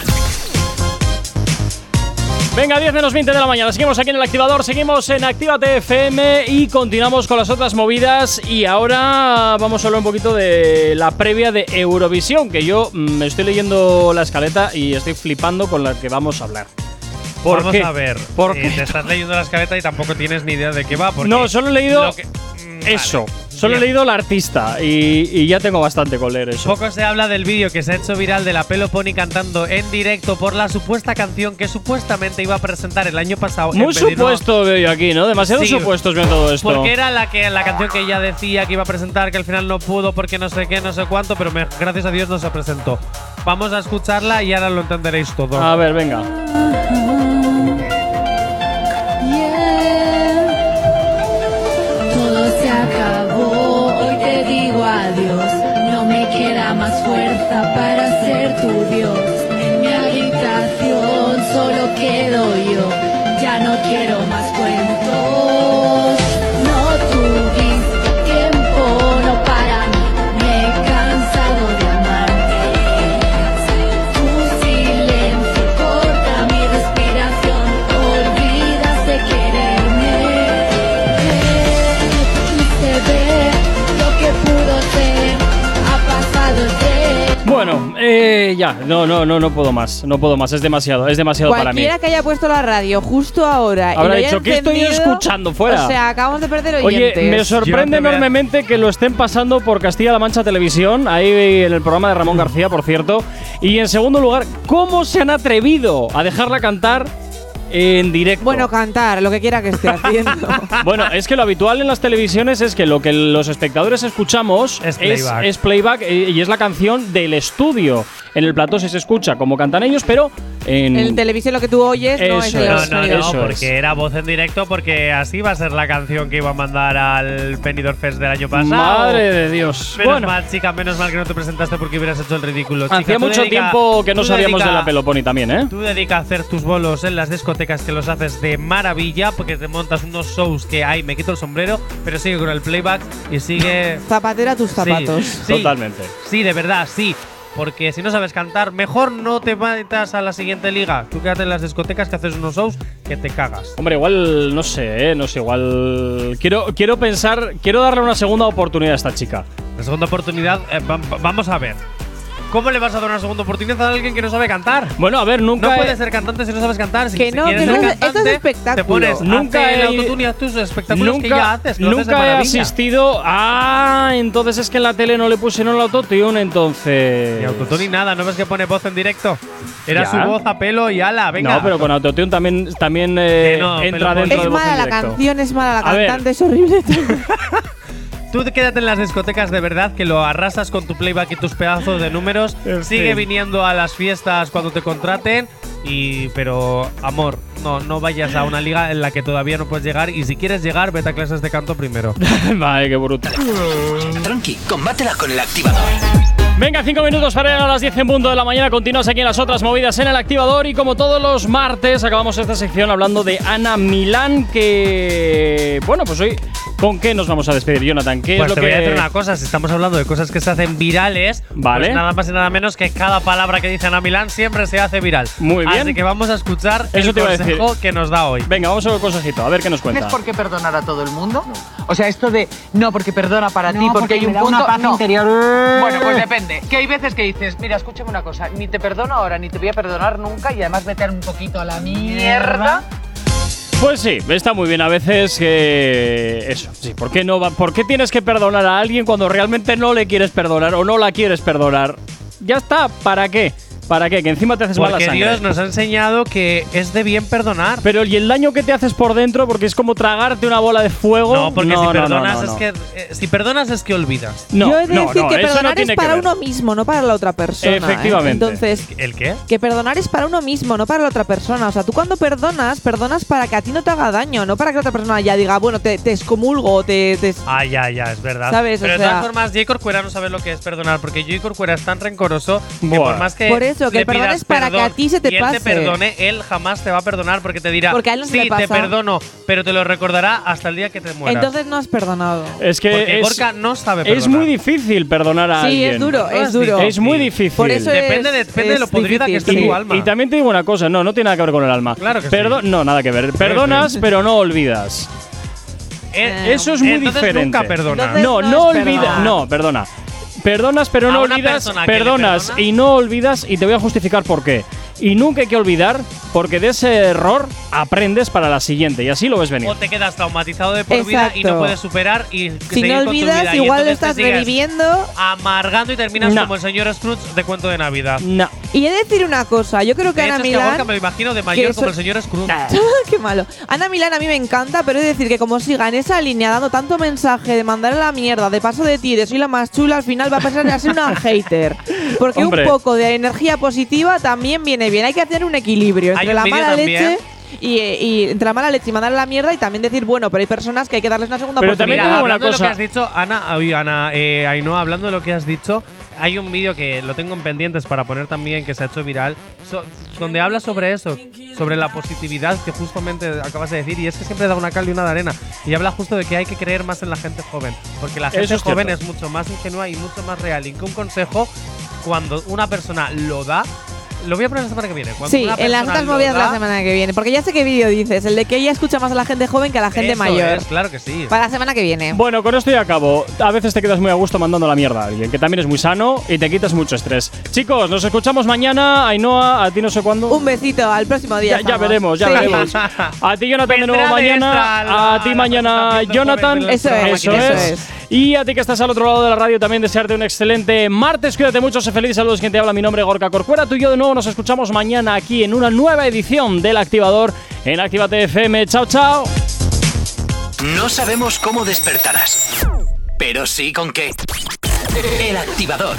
[SPEAKER 2] Venga, 10 menos 20 de la mañana, seguimos aquí en el activador, seguimos en Actívate FM y continuamos con las otras movidas y ahora vamos a hablar un poquito de la previa de Eurovisión, que yo mm, me estoy leyendo la escaleta y estoy flipando con la que vamos a hablar. ¿Por
[SPEAKER 4] Vamos
[SPEAKER 2] qué?
[SPEAKER 4] a ver.
[SPEAKER 2] ¿Por
[SPEAKER 4] eh,
[SPEAKER 2] qué?
[SPEAKER 4] Te estás leyendo las cabezas y tampoco tienes ni idea de qué va. porque
[SPEAKER 2] No, solo he leído
[SPEAKER 4] lo que- Mm,
[SPEAKER 2] Eso.
[SPEAKER 4] vale.
[SPEAKER 2] Solo he
[SPEAKER 4] Bien.
[SPEAKER 2] leído la artista y, y ya tengo bastante con leer eso.
[SPEAKER 4] Poco se habla del vídeo que se ha hecho viral de la Pelo Pony cantando en directo por la supuesta canción que supuestamente iba a presentar el año pasado. en
[SPEAKER 2] Muy
[SPEAKER 4] Benidorm.
[SPEAKER 2] supuesto veo yo aquí, ¿no? Demasiados
[SPEAKER 4] Sí,
[SPEAKER 2] supuestos veo todo esto.
[SPEAKER 4] Porque era la que la canción que ella decía que iba a presentar, que al final no pudo porque no sé qué, no sé cuánto, pero me- gracias a Dios no se presentó. Vamos a escucharla y ahora lo entenderéis todo.
[SPEAKER 2] A ver, venga.
[SPEAKER 5] Todo se acabó, hoy te digo adiós. No me queda más fuerza para ser tu Dios. En mi habitación solo quedo yo. Ya no quiero más cuentos. No tuviste tiempo, no para mí. Me he cansado de amarte. Tu silencio corta mi respiración. Olvidas de quererme. Se ve lo que pudo ser. Ha pasado el tiempo.
[SPEAKER 2] Bueno, eh, ya. No, no, no, no puedo más. No puedo más. Es demasiado. Es demasiado para mí.
[SPEAKER 3] Cualquiera que haya puesto la radio justo ahora y
[SPEAKER 2] Habrá
[SPEAKER 3] lo haya
[SPEAKER 2] dicho, "¿Qué estoy
[SPEAKER 3] encendido",
[SPEAKER 2] escuchando fuera?
[SPEAKER 3] O sea, acabamos de perder
[SPEAKER 2] Oye,
[SPEAKER 3] oyentes.
[SPEAKER 2] me sorprende
[SPEAKER 4] Yo no te voy a-
[SPEAKER 2] enormemente que lo estén pasando por Castilla-La Mancha Televisión, ahí en el programa de Ramón García, por cierto. Y en segundo lugar, ¿cómo se han atrevido a dejarla cantar en directo?
[SPEAKER 3] bueno, cantar, lo que quiera que esté haciendo.
[SPEAKER 2] Bueno, es que lo habitual en las televisiones es que lo que los espectadores escuchamos
[SPEAKER 4] Es
[SPEAKER 2] es
[SPEAKER 4] playback.
[SPEAKER 2] es, playback eh, y es la canción del estudio. En el plató sí se escucha como cantan ellos, pero en.
[SPEAKER 3] En televisión lo que tú oyes no es
[SPEAKER 2] Eso
[SPEAKER 3] el
[SPEAKER 2] es.
[SPEAKER 4] No, no,
[SPEAKER 3] sonido.
[SPEAKER 4] no,
[SPEAKER 2] Eso es.
[SPEAKER 4] porque era voz en directo, porque así va a ser la canción que iba a mandar al Benidorm Fest del año pasado.
[SPEAKER 2] Madre de Dios.
[SPEAKER 4] Menos
[SPEAKER 2] bueno,
[SPEAKER 4] mal, chica, menos mal que no te presentaste porque hubieras hecho el ridículo. Chica,
[SPEAKER 2] hacía
[SPEAKER 4] tú
[SPEAKER 2] mucho
[SPEAKER 4] dedica-
[SPEAKER 2] tiempo que no
[SPEAKER 4] tú
[SPEAKER 2] sabíamos de
[SPEAKER 4] dedica-
[SPEAKER 2] la Peloponi también, ¿eh?
[SPEAKER 4] Tú dedicas a hacer tus bolos en las discotecas que los haces de maravilla porque te montas unos shows que hay, me quito el sombrero, pero sigue con el playback y sigue.
[SPEAKER 3] Zapatera a tus zapatos.
[SPEAKER 4] Sí, sí,
[SPEAKER 2] Totalmente.
[SPEAKER 4] Sí, de verdad, sí. Porque si no sabes cantar, mejor no te metas a la siguiente liga. Tú quédate en las discotecas que haces unos shows que te cagas.
[SPEAKER 2] Hombre, igual, no sé, ¿eh? no sé, igual. Quiero, quiero pensar, quiero darle una segunda oportunidad a esta chica.
[SPEAKER 4] La segunda oportunidad, eh, vam- vamos a ver. ¿Cómo le vas a dar una segunda oportunidad a alguien que no sabe cantar?
[SPEAKER 2] Bueno, a ver, nunca.
[SPEAKER 4] No
[SPEAKER 2] he-
[SPEAKER 4] puedes ser cantante si no sabes cantar. Si
[SPEAKER 3] Que
[SPEAKER 4] si
[SPEAKER 3] no,
[SPEAKER 4] quieres
[SPEAKER 3] que
[SPEAKER 4] ser
[SPEAKER 3] no,
[SPEAKER 4] cantante,
[SPEAKER 3] esto es espectáculo.
[SPEAKER 4] Te pones,
[SPEAKER 2] Nunca
[SPEAKER 4] nunca el
[SPEAKER 2] he-
[SPEAKER 4] autotune y haz tus espectáculos
[SPEAKER 2] Nunca,
[SPEAKER 4] que ya haces. que lo haces de
[SPEAKER 2] nunca he
[SPEAKER 4] maravilla.
[SPEAKER 2] asistido. Ah, entonces es que en la tele no le pusieron el autotune, entonces.
[SPEAKER 4] Ni autotune ni nada, ¿no ves que pone voz en directo? Era
[SPEAKER 2] Ya.
[SPEAKER 4] su voz a pelo y ala, venga.
[SPEAKER 2] No, pero con autotune también, también eh,
[SPEAKER 4] Que no,
[SPEAKER 2] entra
[SPEAKER 4] Peloponi.
[SPEAKER 2] dentro de
[SPEAKER 3] Es
[SPEAKER 2] voz en
[SPEAKER 3] mala la
[SPEAKER 2] directo.
[SPEAKER 3] canción, es mala la
[SPEAKER 2] A ver.
[SPEAKER 3] cantante, es horrible.
[SPEAKER 4] Tú te quédate en las discotecas de verdad, que lo arrasas con tu playback y tus pedazos de números.
[SPEAKER 2] En
[SPEAKER 4] Sigue
[SPEAKER 2] fin.
[SPEAKER 4] viniendo a las fiestas cuando te contraten. Y, pero, amor, no, no vayas a una liga en la que todavía no puedes llegar. Y si quieres llegar, vete a clases de canto primero.
[SPEAKER 2] Vale, qué brutal.
[SPEAKER 1] Tranqui, combátela con el activador.
[SPEAKER 2] Venga, cinco minutos para llegar a las 10 en punto de la mañana. Continuas aquí en las otras movidas en el activador. Y como todos los martes, acabamos esta sección hablando de Ana Milán. Que. Bueno, pues hoy, ¿con qué nos vamos a despedir, Jonathan? ¿Qué
[SPEAKER 4] Pues
[SPEAKER 2] es
[SPEAKER 4] te
[SPEAKER 2] lo
[SPEAKER 4] voy a
[SPEAKER 2] que.?
[SPEAKER 4] decir una cosa, si estamos hablando de cosas que se hacen virales,
[SPEAKER 2] Vale.
[SPEAKER 4] pues nada más y nada menos que cada palabra que dice Ana Milán siempre se hace viral.
[SPEAKER 2] Muy bien.
[SPEAKER 4] Así que vamos a escuchar
[SPEAKER 2] Eso
[SPEAKER 4] el
[SPEAKER 2] te iba a decir.
[SPEAKER 4] consejo que nos da hoy.
[SPEAKER 2] Venga, vamos a ver el consejito, a ver qué nos cuenta.
[SPEAKER 10] ¿Tienes por qué perdonar a todo el mundo? O sea, esto de no, porque perdona para ti, porque hay un punto. no. Bueno, pues depende. Que hay veces que dices, mira, escúchame una cosa, ni te perdono ahora, ni te voy a perdonar nunca, y además meter un poquito a la mierda.
[SPEAKER 2] Pues sí, está muy bien a veces que eso, sí, ¿por qué no va- por qué tienes que perdonar a alguien cuando realmente no le quieres perdonar o no la quieres perdonar? Ya está, ¿para qué? ¿Para qué? Que encima te haces mala
[SPEAKER 4] Porque
[SPEAKER 2] sangre.
[SPEAKER 4] Dios nos ha enseñado que es de bien perdonar.
[SPEAKER 2] Pero y el daño que te haces por dentro porque es como tragarte una bola de fuego.
[SPEAKER 4] No, porque si
[SPEAKER 2] no, no,
[SPEAKER 4] perdonas
[SPEAKER 2] no, no.
[SPEAKER 4] es que eh, si perdonas es que olvidas.
[SPEAKER 2] no,
[SPEAKER 3] Yo he de
[SPEAKER 2] no,
[SPEAKER 3] decir
[SPEAKER 2] no,
[SPEAKER 3] que
[SPEAKER 2] eso no
[SPEAKER 3] perdonar
[SPEAKER 2] tiene
[SPEAKER 3] es
[SPEAKER 2] que
[SPEAKER 3] para
[SPEAKER 2] ver.
[SPEAKER 3] uno mismo, no para la otra persona. ¿eh?
[SPEAKER 2] Efectivamente.
[SPEAKER 3] Entonces,
[SPEAKER 4] ¿El qué?
[SPEAKER 3] que perdonar es para uno mismo, no para la otra persona. O sea, tú cuando perdonas, perdonas para que a ti no te haga daño, no para que la otra persona ya diga, bueno, te, te excomulgo o te, te-
[SPEAKER 4] Ah, ya, ya, es verdad.
[SPEAKER 3] ¿Sabes? O
[SPEAKER 4] Pero de
[SPEAKER 3] sea-
[SPEAKER 4] todas formas, Jay Corcuera no sabe lo que es perdonar, porque Jay Corcuera es tan rencoroso que
[SPEAKER 2] Buah.
[SPEAKER 4] por más que.
[SPEAKER 3] Por eso, que
[SPEAKER 4] le
[SPEAKER 3] el perdón
[SPEAKER 4] pidas
[SPEAKER 3] es para que a ti se te
[SPEAKER 4] y él
[SPEAKER 3] pase.
[SPEAKER 4] te perdone, él jamás te va a perdonar porque te dirá.
[SPEAKER 3] Porque a él no se
[SPEAKER 4] sí,
[SPEAKER 3] le pasa".
[SPEAKER 4] te perdono, pero te lo recordará hasta el día que te mueras.
[SPEAKER 3] Entonces no has perdonado.
[SPEAKER 2] Es que
[SPEAKER 4] porque
[SPEAKER 2] es,
[SPEAKER 4] Gorka no sabe perdonar.
[SPEAKER 2] es muy difícil perdonar a
[SPEAKER 3] Sí,
[SPEAKER 2] alguien.
[SPEAKER 3] es duro,
[SPEAKER 4] No
[SPEAKER 3] es
[SPEAKER 4] es
[SPEAKER 3] duro.
[SPEAKER 2] Es muy
[SPEAKER 4] Sí.
[SPEAKER 2] difícil.
[SPEAKER 3] Por eso
[SPEAKER 4] Depende,
[SPEAKER 3] es-
[SPEAKER 4] depende de lo
[SPEAKER 3] es
[SPEAKER 4] podrida que esté
[SPEAKER 3] difícil,
[SPEAKER 4] tu
[SPEAKER 3] sí.
[SPEAKER 4] alma.
[SPEAKER 2] Y también te digo una cosa, no, no tiene nada que ver con el alma.
[SPEAKER 4] Claro que sí.
[SPEAKER 2] Perdo- No, nada que ver. Perdonas, pero no olvidas.
[SPEAKER 4] Eh,
[SPEAKER 2] Eso es muy
[SPEAKER 4] entonces
[SPEAKER 2] diferente.
[SPEAKER 4] nunca perdona.
[SPEAKER 3] Entonces-
[SPEAKER 2] no,
[SPEAKER 3] no
[SPEAKER 2] no
[SPEAKER 3] es
[SPEAKER 2] olvidas.
[SPEAKER 3] perdonar.
[SPEAKER 2] No, perdona. Perdonas, pero
[SPEAKER 4] A
[SPEAKER 2] no
[SPEAKER 4] una
[SPEAKER 2] olvidas.
[SPEAKER 4] persona que le
[SPEAKER 2] Perdonas
[SPEAKER 4] perdona.
[SPEAKER 2] y no olvidas, y te voy a justificar por qué. Y nunca hay que olvidar, porque de ese error aprendes para la siguiente, y así lo ves venir.
[SPEAKER 4] o te quedas traumatizado de por vida y no
[SPEAKER 3] Exacto.
[SPEAKER 4] puedes superar y
[SPEAKER 3] Si
[SPEAKER 4] seguir
[SPEAKER 3] no
[SPEAKER 4] con tu
[SPEAKER 3] olvidas,
[SPEAKER 4] vida. Y
[SPEAKER 3] igual lo
[SPEAKER 4] entonces te
[SPEAKER 3] estás
[SPEAKER 4] sigues
[SPEAKER 3] reviviendo.
[SPEAKER 4] amargando y terminas
[SPEAKER 2] No.
[SPEAKER 4] como el señor Scrooge de cuento de Navidad.
[SPEAKER 2] No.
[SPEAKER 3] Y he de decir una cosa, yo creo que
[SPEAKER 4] De hecho,
[SPEAKER 3] Ana
[SPEAKER 4] es que a Gorka
[SPEAKER 3] Milán.
[SPEAKER 4] me lo imagino de mayor
[SPEAKER 3] que
[SPEAKER 4] como el
[SPEAKER 3] eso-
[SPEAKER 4] señor Scrooge.
[SPEAKER 3] Qué malo. Ana Milán a mí me encanta, pero he de decir que como siga en esa línea dando tanto mensaje de mandar a la mierda, de paso de ti, de soy la más chula, al final va a pasar a ser una hater. Porque
[SPEAKER 2] Hombre.
[SPEAKER 3] un poco de energía positiva también viene bien. Hay que hacer un equilibrio
[SPEAKER 4] Hay
[SPEAKER 3] entre
[SPEAKER 4] un
[SPEAKER 3] la
[SPEAKER 4] vídeo
[SPEAKER 3] mala
[SPEAKER 4] también.
[SPEAKER 3] leche y, eh, y entre la mala leche y mandar a la mierda y también decir, bueno, pero hay personas que hay que darles una segunda
[SPEAKER 2] Pero
[SPEAKER 3] oportunidad.
[SPEAKER 2] también te
[SPEAKER 4] Mira,
[SPEAKER 2] digo una
[SPEAKER 4] hablando de lo que
[SPEAKER 2] cosa.
[SPEAKER 4] has dicho, Ana, ay, Ana eh, Ainhoa, hablando de lo que has dicho, hay un vídeo que lo tengo en pendientes para poner también que se ha hecho viral, so- donde habla sobre eso, sobre la positividad que justamente acabas de decir, y es que siempre da una cal y una de arena, y habla justo de que hay que creer más en la gente joven, porque la
[SPEAKER 2] Eso
[SPEAKER 4] gente
[SPEAKER 2] es
[SPEAKER 4] joven
[SPEAKER 2] cierto.
[SPEAKER 4] es mucho más ingenua y mucho más real, y que un consejo, cuando una persona lo da, lo voy a poner la semana que viene. Cuando
[SPEAKER 3] sí,
[SPEAKER 4] una
[SPEAKER 3] en las
[SPEAKER 4] persona
[SPEAKER 3] otras
[SPEAKER 4] lo
[SPEAKER 3] movidas
[SPEAKER 4] da,
[SPEAKER 3] la semana que viene. Porque ya sé qué vídeo dices, el de que ella escucha más a la gente joven que a la gente
[SPEAKER 4] eso
[SPEAKER 3] mayor.
[SPEAKER 4] es, claro que sí.
[SPEAKER 3] Para la semana que viene.
[SPEAKER 2] Bueno, con esto ya acabo. A veces te quedas muy a gusto mandando la mierda a alguien, que también es muy sano y te quitas mucho estrés. Chicos, nos escuchamos mañana. Ainhoa, a ti no sé cuándo.
[SPEAKER 3] Un besito, al próximo día.
[SPEAKER 2] ya, ya
[SPEAKER 3] estamos.
[SPEAKER 2] veremos, ya
[SPEAKER 3] Sí.
[SPEAKER 2] veremos. A ti, Jonathan, de nuevo
[SPEAKER 4] Vendrá de
[SPEAKER 2] mañana.
[SPEAKER 4] extra la-
[SPEAKER 2] a ti,
[SPEAKER 4] la
[SPEAKER 2] mañana,
[SPEAKER 4] presentación
[SPEAKER 2] Jonathan.
[SPEAKER 4] joven de
[SPEAKER 3] Eso es,
[SPEAKER 2] eso,
[SPEAKER 3] eso
[SPEAKER 2] es.
[SPEAKER 3] es.
[SPEAKER 2] Y a ti que estás al otro lado de la radio, también desearte un excelente martes. Cuídate mucho, sé feliz. Saludos, quien te habla. Mi nombre es Gorka Corcuera. Tú y yo de nuevo nos escuchamos mañana aquí en una nueva edición del Activador en Actívate FM. Chao, chao.
[SPEAKER 1] No sabemos cómo despertarás, pero sí con qué. El activador.